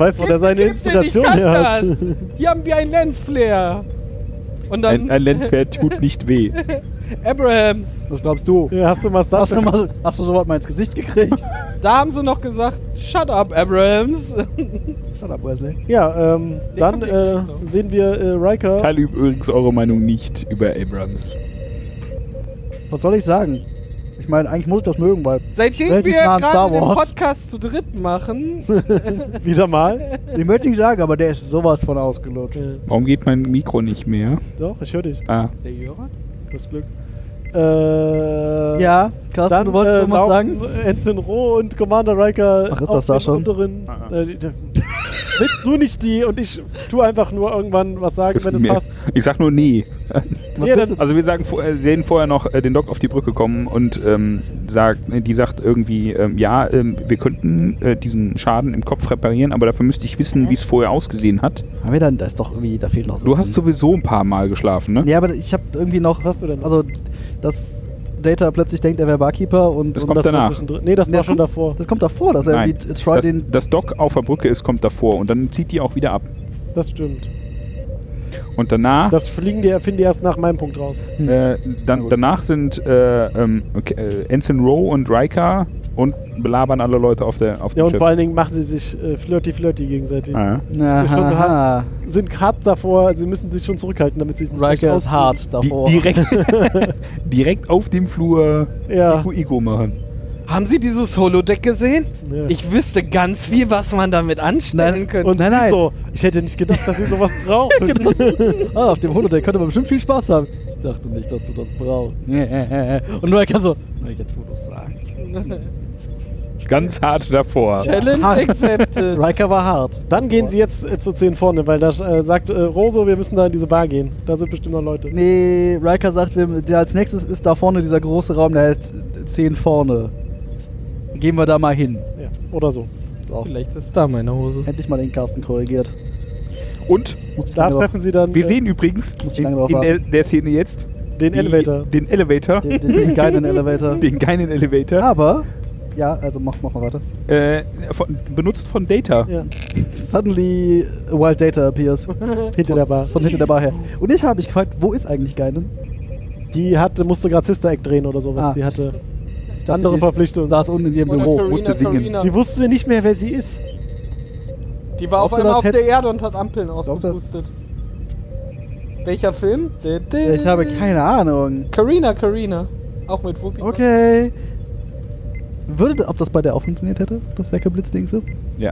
Speaker 1: weiß, wo der seine
Speaker 4: Captain,
Speaker 1: Inspiration
Speaker 4: ich kann
Speaker 1: her hat.
Speaker 4: das. Hier haben wir einen Lensflare. Und dann
Speaker 3: Ein, ein Lenzpferd tut nicht weh.
Speaker 4: Abrams.
Speaker 2: Was glaubst du?
Speaker 1: Ja, hast du mal Star
Speaker 2: Hast du,
Speaker 1: Trek?
Speaker 2: mal so, hast du sowas mal ins Gesicht gekriegt?
Speaker 4: Da haben sie noch gesagt, shut up, Abrams.
Speaker 2: Shut up, Wesley.
Speaker 1: Ja, ähm,
Speaker 4: Der
Speaker 1: dann
Speaker 4: kommt
Speaker 1: äh,
Speaker 4: ja gleich noch.
Speaker 1: sehen wir äh, Riker.
Speaker 3: Teile übrigens eure Meinung nicht über Abrams.
Speaker 2: Was soll ich sagen? Ich meine, eigentlich muss ich das mögen, weil
Speaker 4: Seitdem
Speaker 2: Relativ
Speaker 4: wir
Speaker 2: nah an Star
Speaker 4: gerade den
Speaker 2: Wars.
Speaker 4: Podcast zu dritt machen,
Speaker 1: Wieder mal.
Speaker 2: ich möchte nicht sagen, aber der ist sowas von ausgelutscht.
Speaker 1: Äh,
Speaker 3: Warum geht mein Mikro nicht mehr?
Speaker 1: doch, ich höre dich.
Speaker 3: Ah,
Speaker 4: der Jörer?
Speaker 1: Du hast Glück. Äh,
Speaker 2: Ja, Carsten,
Speaker 1: dann
Speaker 2: du wolltest
Speaker 1: äh,
Speaker 2: noch was
Speaker 1: laufen
Speaker 2: sagen?
Speaker 1: Ensign Roh und Commander Riker
Speaker 2: Ach, ist das
Speaker 1: auf
Speaker 2: da
Speaker 1: den
Speaker 2: schon?
Speaker 1: unteren.
Speaker 3: Ah, ah.
Speaker 1: Äh, die- die- willst du nicht die und ich tu einfach nur irgendwann was sagen,
Speaker 3: ist
Speaker 1: wenn es
Speaker 3: mir-
Speaker 1: passt.
Speaker 3: Ich sag nur nee.
Speaker 2: Was
Speaker 1: Ja,
Speaker 2: willst
Speaker 1: dann-
Speaker 2: du-
Speaker 3: Also wir sagen, vor- äh, sehen vorher noch äh, den Doc auf die Brücke kommen und ähm, sagt, die sagt irgendwie, ähm, ja, ähm, wir könnten äh, diesen Schaden im Kopf reparieren, aber dafür müsste ich wissen, wie es vorher ausgesehen hat.
Speaker 2: Haben wir dann, da ist doch irgendwie, da fehlt noch so.
Speaker 3: Du hast sowieso ein paar Mal geschlafen, ne?
Speaker 2: Mhm. Ja, aber ich habe irgendwie noch.
Speaker 1: Was hast du denn noch?
Speaker 2: Also, dass Data plötzlich denkt, er wäre Barkeeper und.
Speaker 3: Das
Speaker 2: und
Speaker 1: war
Speaker 3: kommt danach.
Speaker 1: zwischendrin. Nee, das
Speaker 2: Nee,
Speaker 1: war
Speaker 2: das
Speaker 1: schon
Speaker 2: kommt-
Speaker 1: davor.
Speaker 2: Das kommt davor, dass er
Speaker 3: Nein,
Speaker 2: also irgendwie Troy
Speaker 3: das,
Speaker 2: den.
Speaker 3: das Doc auf der Brücke ist, kommt davor und dann zieht die auch wieder ab.
Speaker 1: Das stimmt.
Speaker 3: Und danach,
Speaker 1: Das fliegen die, finden die erst nach meinem Punkt raus.
Speaker 3: äh,
Speaker 1: Hm.
Speaker 3: dann, danach sind äh, ähm, okay, äh, Ensign Rowe und Riker und belabern alle Leute auf der auf
Speaker 1: Ja,
Speaker 3: dem
Speaker 1: und
Speaker 3: Schiff.
Speaker 1: vor allen Dingen machen sie sich äh, flirty, flirty gegenseitig.
Speaker 3: Ah, ja.
Speaker 1: schon
Speaker 2: Aha.
Speaker 1: Sind hart davor, sie müssen sich schon zurückhalten, damit sie sich nicht
Speaker 2: Riker ist
Speaker 1: ausziehen.
Speaker 2: hart davor.
Speaker 1: Oh.
Speaker 3: Di direkt, direkt auf dem Flur
Speaker 1: Ja.
Speaker 3: Igu Igu machen.
Speaker 4: Haben Sie dieses Holodeck gesehen?
Speaker 1: Ja.
Speaker 4: Ich wüsste ganz viel, was man damit anstellen könnte.
Speaker 1: Und
Speaker 2: Nein,
Speaker 1: nein,
Speaker 2: nein.
Speaker 1: nein. so, ich hätte nicht gedacht, dass sie sowas brauchen.
Speaker 2: ah, auf dem Holodeck könnte man bestimmt viel Spaß haben. Ich dachte nicht, dass du das brauchst. Und Riker so. Na, jetzt, wo du sagst.
Speaker 3: Ganz hart davor.
Speaker 4: Challenge accepted.
Speaker 2: Riker war hart.
Speaker 1: Dann gehen sie jetzt äh, zu 10 vorne, weil da äh, sagt äh, Roso, wir müssen da in diese Bar gehen. Da sind bestimmt noch Leute.
Speaker 2: Nee, Riker sagt, wir, der als nächstes ist da vorne dieser große Raum, der heißt 10 vorne. Gehen wir da mal hin.
Speaker 1: Ja, oder so.
Speaker 2: So.
Speaker 4: Vielleicht ist da meine Hose.
Speaker 2: Endlich mal den Carsten korrigiert.
Speaker 3: Und
Speaker 2: Muss ich
Speaker 1: Da
Speaker 2: lange drauf-
Speaker 1: treffen sie dann
Speaker 3: wir
Speaker 1: äh,
Speaker 3: sehen übrigens
Speaker 2: Muss ich
Speaker 3: in,
Speaker 2: lange drauf
Speaker 3: in
Speaker 2: warten.
Speaker 3: der, der Szene jetzt
Speaker 1: den
Speaker 3: die-
Speaker 1: Elevator.
Speaker 3: Den Elevator.
Speaker 2: den, Ah. den, den geilen Elevator.
Speaker 3: Den geilen Elevator.
Speaker 2: Aber, ja, also mach, mach mal weiter.
Speaker 3: Äh, von, benutzt von Data.
Speaker 1: Ja,
Speaker 2: Suddenly a wild data appears.
Speaker 1: hinter der Bar.
Speaker 2: Von hinter der Bar her. Und ich habe mich gefragt, wo ist eigentlich Geinen?
Speaker 1: Die hatte, musste gerade Sister Act drehen oder sowas.
Speaker 2: Ah.
Speaker 1: Die hatte andere
Speaker 2: die
Speaker 1: Verpflichtungen.
Speaker 2: Saß unten in ihrem
Speaker 4: Oder
Speaker 2: Büro.
Speaker 4: Carina,
Speaker 3: musste singen.
Speaker 4: Carina.
Speaker 1: Die wusste nicht mehr, wer sie ist.
Speaker 4: Die war auf
Speaker 2: Glaubst du,
Speaker 4: einmal
Speaker 2: das
Speaker 4: auf
Speaker 2: hätte-
Speaker 4: der Erde und hat Ampeln
Speaker 2: Glaubst du, das-
Speaker 4: ausgepustet. Welcher Film?
Speaker 2: Ich habe keine Ahnung.
Speaker 4: Carina, Carina. Auch mit Whoopi.
Speaker 2: Okay. Würde, ob das bei der auch funktioniert hätte, das Weckerblitzding so?
Speaker 3: Ja.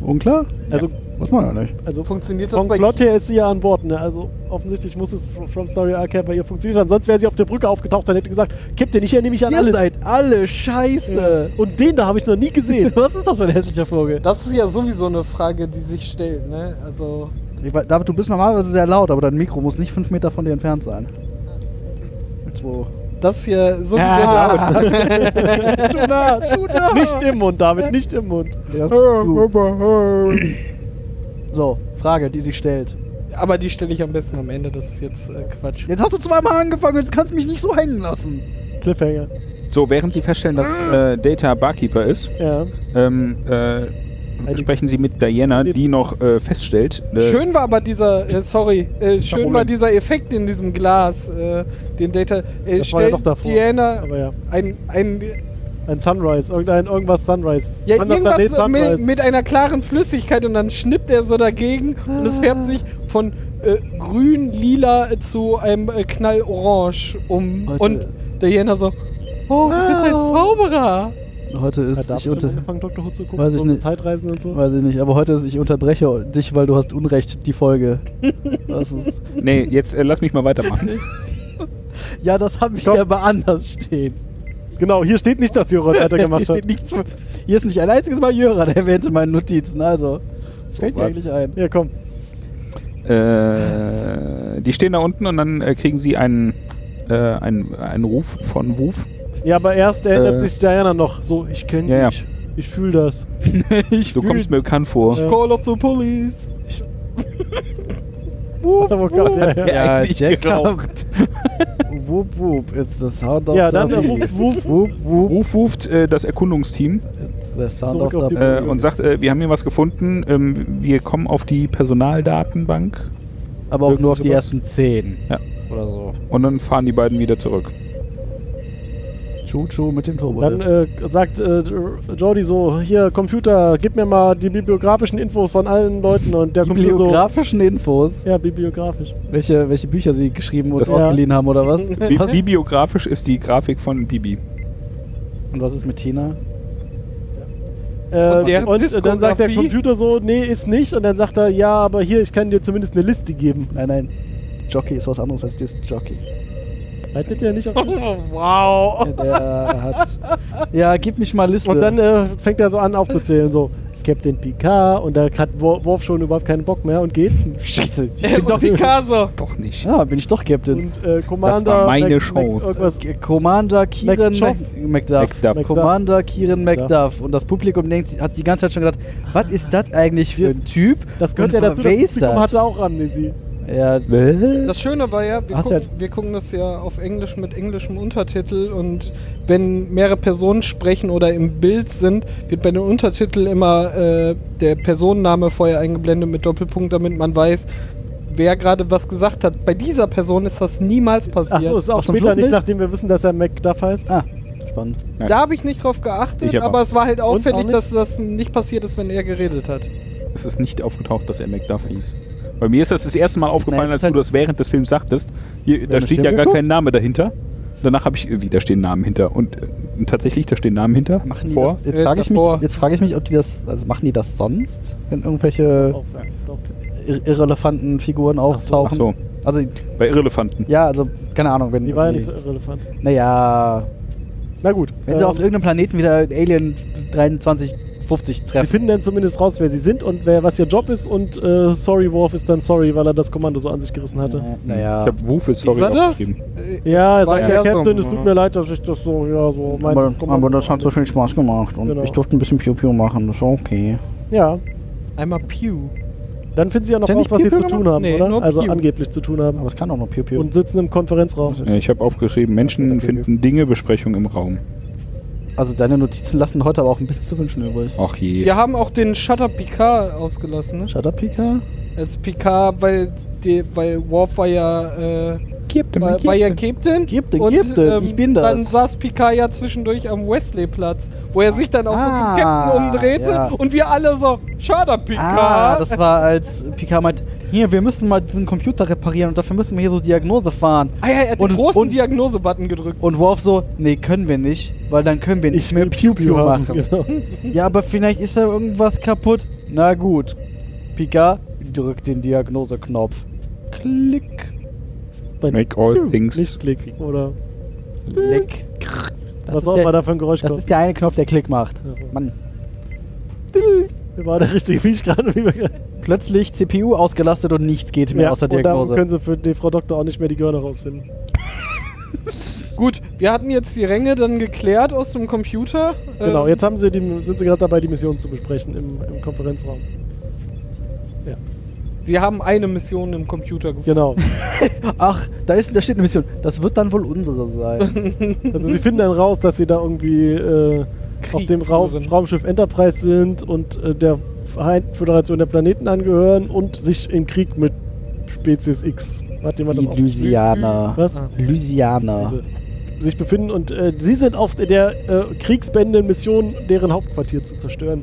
Speaker 2: Unklar?
Speaker 1: Also,
Speaker 2: Weiß man ja nicht.
Speaker 1: also
Speaker 4: Funktioniert das
Speaker 1: vom
Speaker 4: bei
Speaker 1: Plot her ist sie ja an Bord. Ne? Also offensichtlich muss es fr- From Story Arcade bei ihr funktioniert haben. Sonst wäre sie auf der Brücke aufgetaucht und hätte gesagt, kipp den, ich erinnere mich an
Speaker 2: Ihr
Speaker 1: alles.
Speaker 2: seid alle scheiße.
Speaker 1: Und den da habe ich noch nie gesehen.
Speaker 2: Was ist das für ein hässlicher Vogel?
Speaker 4: Das ist ja sowieso eine Frage, die sich stellt, ne? Also.
Speaker 2: Ich weiß- David, du bist normalerweise sehr laut, aber dein Mikro muss nicht fünf Meter von dir entfernt sein. Zwei.
Speaker 4: Das ist ja sowieso.
Speaker 3: Ja.
Speaker 1: Tuna, Tuna. Nicht im Mund, David, nicht im Mund.
Speaker 2: Ja, du. So, Frage, die sich stellt.
Speaker 4: Aber die stelle ich am besten am Ende, das ist jetzt äh, Quatsch.
Speaker 2: Jetzt hast du zweimal angefangen, jetzt kannst du mich nicht so hängen lassen.
Speaker 1: Cliffhanger.
Speaker 3: So, während Sie feststellen, dass
Speaker 2: Ah.
Speaker 3: äh, Data Barkeeper ist,
Speaker 1: Ja.
Speaker 3: ähm, äh, sprechen Sie mit Diana, die noch äh, feststellt. Äh,
Speaker 4: Schön war aber dieser, äh, sorry, äh, schön
Speaker 3: Warum
Speaker 4: war
Speaker 3: denn?
Speaker 4: dieser Effekt in diesem Glas, äh, den Data. Äh,
Speaker 1: Das war ja
Speaker 4: stellt
Speaker 1: noch davor.
Speaker 4: Diana
Speaker 1: Aber ja.
Speaker 4: ein, ein,
Speaker 1: Ein Sunrise, irgendein irgendwas Sunrise.
Speaker 4: ja,
Speaker 1: Wann das
Speaker 4: irgendwas
Speaker 1: Planet
Speaker 4: mit, mit einer klaren Flüssigkeit und dann schnippt er so dagegen und es färbt sich von äh, grün, lila zu einem äh, Knallorange um.
Speaker 2: Leute. Ah.
Speaker 4: Und Diana so, oh, du bist ein
Speaker 1: Wow.
Speaker 4: Zauberer.
Speaker 2: Heute
Speaker 1: Hat
Speaker 2: ist
Speaker 1: da
Speaker 2: ich
Speaker 1: schon
Speaker 2: unter.
Speaker 1: angefangen, Dr. Who zu gucken?
Speaker 2: Weiß ich
Speaker 1: so mit
Speaker 2: nicht.
Speaker 1: Zeitreisen und so?
Speaker 2: Weiß ich nicht, aber heute ist ich unterbreche dich, weil du hast Unrecht, die Folge. Das ist,
Speaker 3: Nee, jetzt äh, lass mich mal weitermachen.
Speaker 2: ja, das habe ich
Speaker 1: Komm.
Speaker 2: hier aber anders stehen.
Speaker 1: Genau, hier steht nicht, dass Jura weitergemacht
Speaker 2: hier,
Speaker 1: hat.
Speaker 2: steht nichts, von- hier ist nicht ein einziges Mal Jöran erwähnt in meinen Notizen, also. Das fällt mir
Speaker 3: was?
Speaker 2: eigentlich ein.
Speaker 1: Ja, komm.
Speaker 3: äh, die stehen da unten und dann äh, kriegen Sie einen, äh, einen, einen Ruf von Wuf.
Speaker 1: Ja, aber erst erinnert
Speaker 3: Äh.
Speaker 1: sich Diana noch so, ich kenne
Speaker 3: Ja, ja.
Speaker 1: dich. Ich fühle das. Äh,
Speaker 2: ich
Speaker 3: Du kommst mir bekannt vor.
Speaker 1: Ja.
Speaker 4: Call of the police.
Speaker 1: Hat aber gar- oh ja, ja.
Speaker 2: Ja,
Speaker 3: eigentlich
Speaker 2: Jack
Speaker 3: geraucht.
Speaker 2: Wup, wup, it's the sound of
Speaker 1: Ja,
Speaker 2: the
Speaker 1: dann äh,
Speaker 2: beast.
Speaker 1: wuff, wuff.
Speaker 2: Wup, wup,
Speaker 3: Ruf ruft äh, das Erkundungsteam
Speaker 2: it's the sound
Speaker 1: Zurück
Speaker 2: of
Speaker 1: auf
Speaker 2: the
Speaker 1: die
Speaker 3: äh, und sagt, äh, wir haben hier was gefunden, ähm, wir kommen auf die Personaldatenbank
Speaker 2: Aber auch nur auf die
Speaker 3: irgendwas.
Speaker 2: ersten zehn.
Speaker 3: Ja.
Speaker 2: Oder so.
Speaker 3: und dann fahren die beiden wieder zurück.
Speaker 2: Chuchu mit dem Turbo.
Speaker 1: Dann äh, sagt äh, Jody so, hier Computer, gib mir mal die bibliografischen Infos von allen Leuten und der Computer so,
Speaker 2: bibliografischen Infos,
Speaker 1: ja Äh, bibliografisch.
Speaker 2: welche, welche Bücher sie geschrieben und
Speaker 3: Das-
Speaker 2: ausgeliehen haben oder was?
Speaker 3: Bi
Speaker 2: was?
Speaker 3: Bibliografisch ist die Grafik von Bibi.
Speaker 2: Und was ist mit Tina?
Speaker 1: Äh,
Speaker 4: Und deren
Speaker 1: und äh, dann sagt der
Speaker 4: Diskografie?
Speaker 1: Computer so, nee, ist nicht. Und dann sagt er, ja, aber hier, ich kann dir zumindest eine Liste geben.
Speaker 2: Nein, nein. Jockey ist was anderes als Disc Jockey.
Speaker 1: Leitet der nicht auf
Speaker 4: Oh, wow.
Speaker 2: Der hat. Ja, gib mich mal Liste.
Speaker 1: Und dann äh, fängt er so an aufzuzählen, so Captain Picard und da hat Wor- Worf schon überhaupt keinen Bock mehr und geht.
Speaker 2: Scheiße. ich
Speaker 4: Äh,
Speaker 2: bin
Speaker 4: und
Speaker 2: doch.
Speaker 4: Picasso.
Speaker 3: Doch nicht.
Speaker 2: Ah, bin ich doch Captain.
Speaker 1: Und äh, Commander.
Speaker 3: war meine
Speaker 1: Mac-
Speaker 3: Chance.
Speaker 1: Mac- irgendwas.
Speaker 2: K- Commander Kieran
Speaker 1: McDuff?
Speaker 2: Mac- McDuff.
Speaker 3: McDuff.
Speaker 2: Commander Kieran
Speaker 1: McDuff.
Speaker 2: McDuff. Und das Publikum denkt, sich- hat die ganze Zeit schon gedacht, was ist das eigentlich für
Speaker 1: Das-
Speaker 2: ein Typ?
Speaker 1: Das gehört
Speaker 2: Und
Speaker 1: ja dazu,
Speaker 2: wer
Speaker 1: das
Speaker 2: ist
Speaker 1: Publikum
Speaker 2: das?
Speaker 1: hatte auch Amnesie.
Speaker 2: Ja.
Speaker 4: Das Schöne war ja wir,
Speaker 2: Hast
Speaker 4: gucken,
Speaker 2: du
Speaker 4: wir gucken das ja auf Englisch mit englischem Untertitel und wenn mehrere Personen sprechen oder im Bild sind, wird bei den Untertiteln immer äh, der Personenname vorher eingeblendet mit Doppelpunkt, damit man weiß, wer gerade was gesagt hat. Bei dieser Person ist das niemals
Speaker 1: Ach so,
Speaker 4: passiert.
Speaker 1: ist auch
Speaker 2: Ach, zum
Speaker 1: später
Speaker 2: Schluss
Speaker 1: nicht,
Speaker 2: nicht?
Speaker 1: nachdem wir wissen, dass er MacDuff heißt.
Speaker 2: Ah, spannend.
Speaker 4: da habe ich nicht drauf geachtet,
Speaker 3: Ich aber.
Speaker 4: aber. es war halt auffällig,
Speaker 1: nicht?
Speaker 4: dass das nicht passiert ist, wenn er geredet hat.
Speaker 3: Es ist nicht aufgetaucht, dass er McDuff hieß. Bei mir ist das das erste Mal aufgefallen,
Speaker 2: Nein, es
Speaker 3: als
Speaker 2: ist halt-
Speaker 3: du das während des Films sagtest. Hier, da
Speaker 2: haben
Speaker 3: steht
Speaker 2: den
Speaker 3: ja
Speaker 2: Film
Speaker 3: gar
Speaker 2: geguckt?
Speaker 3: kein Name dahinter. Danach habe ich, wie, da stehen Namen hinter. Und äh, tatsächlich, da stehen Namen hinter.
Speaker 2: Machen die
Speaker 3: vor.
Speaker 2: das? Jetzt
Speaker 4: Äh,
Speaker 2: frage ich, mich-
Speaker 4: davor.
Speaker 2: jetzt frage ich mich, ob die das. Also machen die das sonst? Wenn irgendwelche
Speaker 1: Auch, ja, Oh, doch.
Speaker 2: ir irrelevanten Figuren auftauchen?
Speaker 3: Ach so,
Speaker 2: Also,
Speaker 3: bei Irrelefanten.
Speaker 2: ja, also, keine Ahnung, wenn.
Speaker 1: Die war ja nicht so
Speaker 2: irgendwie-
Speaker 1: irrelevant.
Speaker 2: Naja.
Speaker 1: Na gut. ähm,
Speaker 2: Wenn sie auf irgendeinem Planeten wieder Alien 2350
Speaker 1: Sie
Speaker 2: treffen.
Speaker 1: finden dann zumindest raus, wer sie sind und wer, was ihr Job ist. Und äh, sorry, Worf ist dann sorry, weil er das Kommando so an sich gerissen hatte.
Speaker 2: Äh, Naja.
Speaker 3: Ich hab Wufe,
Speaker 4: Wie
Speaker 3: sorry,
Speaker 4: sah das?
Speaker 3: aufgeschrieben.
Speaker 4: Äh,
Speaker 1: Ja, er
Speaker 4: War
Speaker 1: sagt,
Speaker 4: er
Speaker 1: der
Speaker 4: so,
Speaker 1: Captain, es tut
Speaker 4: ne?
Speaker 1: mir leid, dass ich das so, ja, so mein
Speaker 2: aber,
Speaker 1: Kommando-
Speaker 2: aber das hat so viel Spaß gemacht und
Speaker 1: Genau.
Speaker 2: ich durfte ein bisschen Piu-Piu machen, das war okay.
Speaker 1: Ja,
Speaker 4: Einmal Pew.
Speaker 1: dann finden sie ja noch
Speaker 2: Ist ja
Speaker 1: raus,
Speaker 2: nicht
Speaker 1: was sie
Speaker 2: Piu-Piu
Speaker 1: zu tun
Speaker 4: gemacht?
Speaker 1: haben,
Speaker 4: Nee,
Speaker 1: oder?
Speaker 4: nur
Speaker 1: Also
Speaker 4: Piu.
Speaker 1: angeblich zu tun
Speaker 2: Aber
Speaker 1: haben.
Speaker 2: es kann auch nur Piu-Piu.
Speaker 1: Und sitzen im Konferenzraum.
Speaker 3: Äh, Ich habe aufgeschrieben, Menschen finden Dinge, Besprechung im Raum.
Speaker 2: Also deine Notizen lassen heute aber auch ein bisschen zu wünschen übrig.
Speaker 3: Ach je.
Speaker 4: Wir haben auch den Shutter Picard ausgelassen, ne?
Speaker 2: Shut up, Pika.
Speaker 4: Als Picard, weil, die, weil Worf war ja, äh,
Speaker 3: Captain,
Speaker 4: war, war ja Captain.
Speaker 2: Captain,
Speaker 4: Und, ähm,
Speaker 2: Captain, ich bin das.
Speaker 4: Dann saß Picard ja zwischendurch am Wesley-Platz, wo er sich dann auch
Speaker 2: Ah,
Speaker 4: so zum Captain umdrehte
Speaker 2: ja.
Speaker 4: und wir alle so, Shutter Picard.
Speaker 2: Ah, das war als Pika meint, hier, wir müssen mal diesen Computer reparieren und dafür müssen wir hier so Diagnose fahren.
Speaker 4: ah ja, er hat
Speaker 2: und-
Speaker 4: den großen
Speaker 2: und-
Speaker 4: Diagnose-Button gedrückt.
Speaker 2: Und Worf so, nee, können wir nicht, weil dann können wir nicht mehr
Speaker 1: will
Speaker 2: Piu-Piu
Speaker 1: haben,
Speaker 2: machen.
Speaker 1: Genau.
Speaker 2: Ja, aber vielleicht ist da irgendwas kaputt. Na gut. Pika, drück den Diagnoseknopf. Klick.
Speaker 1: Dann
Speaker 3: Make all
Speaker 1: Piu,
Speaker 3: things-
Speaker 1: Nicht klick. Oder
Speaker 2: Klick. Das
Speaker 1: was
Speaker 2: ist
Speaker 1: auch
Speaker 2: der-
Speaker 1: immer da für ein Geräusch
Speaker 2: Das
Speaker 1: kommt.
Speaker 2: ist der eine Knopf, der Klick macht.
Speaker 1: Ja, so.
Speaker 2: Mann.
Speaker 1: Das war der richtige Fisch gerade. Wie wir gerade-
Speaker 2: Plötzlich CPU ausgelastet und nichts geht mehr
Speaker 1: Ja,
Speaker 2: außer
Speaker 1: und darum
Speaker 2: Diagnose.
Speaker 1: können sie für die Frau Doktor auch nicht mehr die Görner rausfinden.
Speaker 3: Ähm.
Speaker 4: Gut, wir hatten jetzt die Ränge dann geklärt aus dem Computer.
Speaker 1: Genau,
Speaker 4: Ähm,
Speaker 1: jetzt haben sie die, sind sie gerade dabei, die Mission zu besprechen im, im Konferenzraum.
Speaker 4: Sie haben eine Mission im Computer gefunden.
Speaker 1: Genau.
Speaker 2: Ach, da, ist, da steht eine Mission. Das wird dann wohl unsere sein.
Speaker 1: Also sie finden dann raus, dass sie da irgendwie äh, auf
Speaker 4: Krieg
Speaker 1: dem Raum,
Speaker 4: führen.
Speaker 1: Raumschiff Enterprise sind und äh, der Vereinten Föderation der Planeten angehören und sich im Krieg mit Spezies X. Hat jemand das auch?
Speaker 2: Elysianer.
Speaker 1: Was?
Speaker 4: Ah.
Speaker 2: Elysianer.
Speaker 1: Diese, Also, sich befinden und äh, sie sind auf der äh, kriegsbändenden Mission, deren Hauptquartier zu zerstören.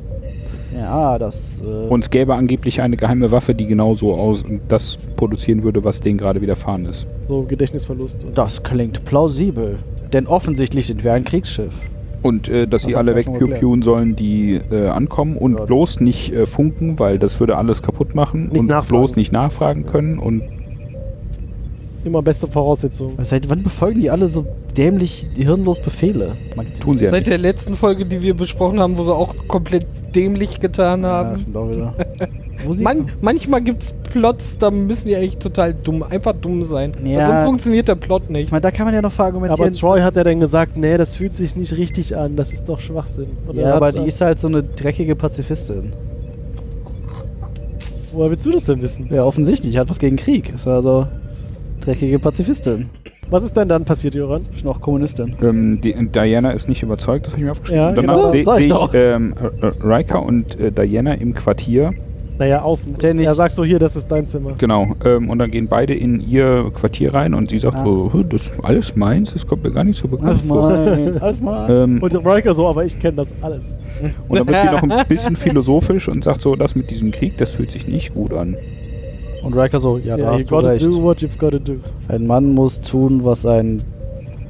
Speaker 2: Ja, das. Äh,
Speaker 3: Und es gäbe angeblich eine geheime Waffe, die genauso aus das produzieren würde, was denen gerade widerfahren ist.
Speaker 1: So Gedächtnisverlust. Und
Speaker 2: das klingt plausibel. Denn offensichtlich sind wir ein Kriegsschiff.
Speaker 3: Und äh, dass
Speaker 2: Das
Speaker 3: sie
Speaker 2: Also hat
Speaker 3: alle
Speaker 2: man schon
Speaker 3: wegpiu-piuen sollen, die äh, ankommen und
Speaker 2: Ja.
Speaker 3: bloß nicht äh, funken, weil das würde alles kaputt machen
Speaker 1: Nicht
Speaker 3: und
Speaker 1: nachfragen.
Speaker 3: bloß nicht nachfragen können und
Speaker 1: immer beste Voraussetzung.
Speaker 2: Seit wann befolgen die alle so dämlich, hirnlos Befehle? Man
Speaker 3: tun sie ja
Speaker 4: Seit
Speaker 3: nicht.
Speaker 4: der letzten Folge, die wir besprochen haben, wo sie auch komplett dämlich getan haben.
Speaker 2: Wo sie
Speaker 4: Man, manchmal gibt es Plots, da müssen die eigentlich total dumm, einfach dumm sein.
Speaker 2: Ja.
Speaker 4: Weil sonst funktioniert der Plot nicht.
Speaker 2: ich meine, da kann man ja noch
Speaker 1: Aber
Speaker 2: verargumentieren.
Speaker 1: Troy hat ja dann gesagt, nee, das fühlt sich nicht richtig an, das ist doch Schwachsinn. Und er
Speaker 2: ja,
Speaker 1: hat,
Speaker 2: aber die
Speaker 1: äh,
Speaker 2: ist halt so eine dreckige Pazifistin.
Speaker 1: Woher willst du das denn wissen?
Speaker 2: Ja, offensichtlich. Hat was gegen Krieg. Ist also dreckige Pazifistin.
Speaker 1: Was ist denn dann passiert, Joran?
Speaker 2: Ist noch Kommunistin.
Speaker 3: Ähm, die, Diana ist nicht überzeugt, das habe ich mir aufgeschrieben.
Speaker 1: Ja,
Speaker 3: Danach
Speaker 1: genau.
Speaker 3: sehe
Speaker 2: Sag ich
Speaker 3: sehe
Speaker 2: doch.
Speaker 3: ähm, äh, äh, Riker und äh, Diana im Quartier.
Speaker 1: Naja, außen.
Speaker 2: Hat er nicht-
Speaker 1: Er sagt so, hier, das ist dein Zimmer.
Speaker 3: Genau. Ähm, und dann gehen beide in ihr Quartier rein und sie sagt
Speaker 2: Ah.
Speaker 3: so, "Hö, das ist alles meins, das kommt mir gar nicht so bekannt
Speaker 2: Auf
Speaker 3: vor.
Speaker 2: mein, auf mein.
Speaker 3: Ähm,
Speaker 1: Und Riker so, aber ich kenne das alles.
Speaker 3: Und dann wird sie noch ein bisschen philosophisch und sagt so, das mit diesem Krieg, das fühlt sich nicht gut an.
Speaker 2: Und Riker so, ja, da
Speaker 1: you
Speaker 2: hast du
Speaker 1: gotta
Speaker 2: recht.
Speaker 1: do what you've gotta do.
Speaker 2: Ein Mann muss tun, was ein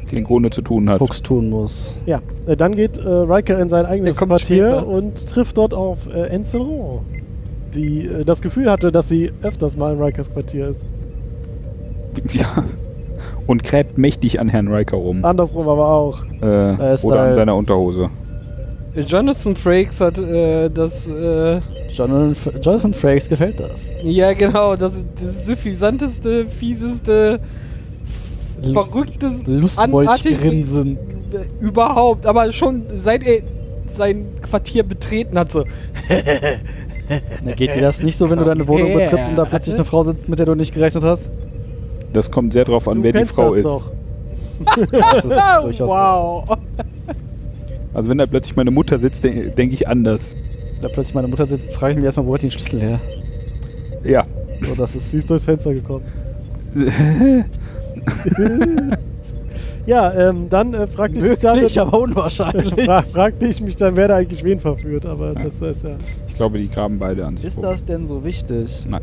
Speaker 3: Klingone zu tun hat.
Speaker 2: Fuchs tun muss.
Speaker 1: Ja, äh, dann geht äh, Riker in sein eigenes
Speaker 4: Der kommt
Speaker 1: Quartier
Speaker 4: später.
Speaker 1: und trifft dort auf äh, Enceron, die äh, das Gefühl hatte, dass sie öfters mal in Rikers Quartier ist.
Speaker 3: Ja. Und kräht mächtig an Herrn Riker rum.
Speaker 1: Andersrum aber auch.
Speaker 3: Äh,
Speaker 2: ist
Speaker 3: oder an
Speaker 2: halt-
Speaker 3: seiner Unterhose.
Speaker 4: Jonathan Frakes hat äh, das, äh,
Speaker 2: Jonathan, F- Jonathan Frakes gefällt das.
Speaker 4: ja genau, das, das suffisanteste, fieseste, verrückteste, anartig-
Speaker 2: Lustwolch-Grinsen.
Speaker 4: Äh, überhaupt, aber schon seit er sein Quartier betreten hat, so,
Speaker 2: Na, Geht dir das nicht so, wenn du deine Wohnung
Speaker 4: Yeah.
Speaker 2: betrittst und da plötzlich eine Frau sitzt, mit der du nicht gerechnet hast?
Speaker 3: Das kommt sehr drauf an,
Speaker 1: Du
Speaker 3: wer die
Speaker 1: kennst
Speaker 3: Frau
Speaker 1: das
Speaker 3: ist.
Speaker 1: doch.
Speaker 2: Das ist durchaus
Speaker 4: Oh, wow.
Speaker 3: Also wenn da plötzlich meine Mutter sitzt, de denke ich anders.
Speaker 2: möglich. Da plötzlich meine Mutter sitzt, frage ich mich erstmal, wo hat die den Schlüssel her?
Speaker 3: Ja.
Speaker 2: So, das ist
Speaker 1: Sie ist durchs Fenster gekommen. ja, ähm, dann äh, fragte ich mich dann,
Speaker 2: möglich, aber unwahrscheinlich.
Speaker 1: fra fragte ich mich dann, wer da eigentlich wen verführt, aber das ist ja.
Speaker 3: Ich glaube, die graben beide an sich.
Speaker 2: Ist
Speaker 3: vor.
Speaker 2: das denn so wichtig?
Speaker 3: Nein.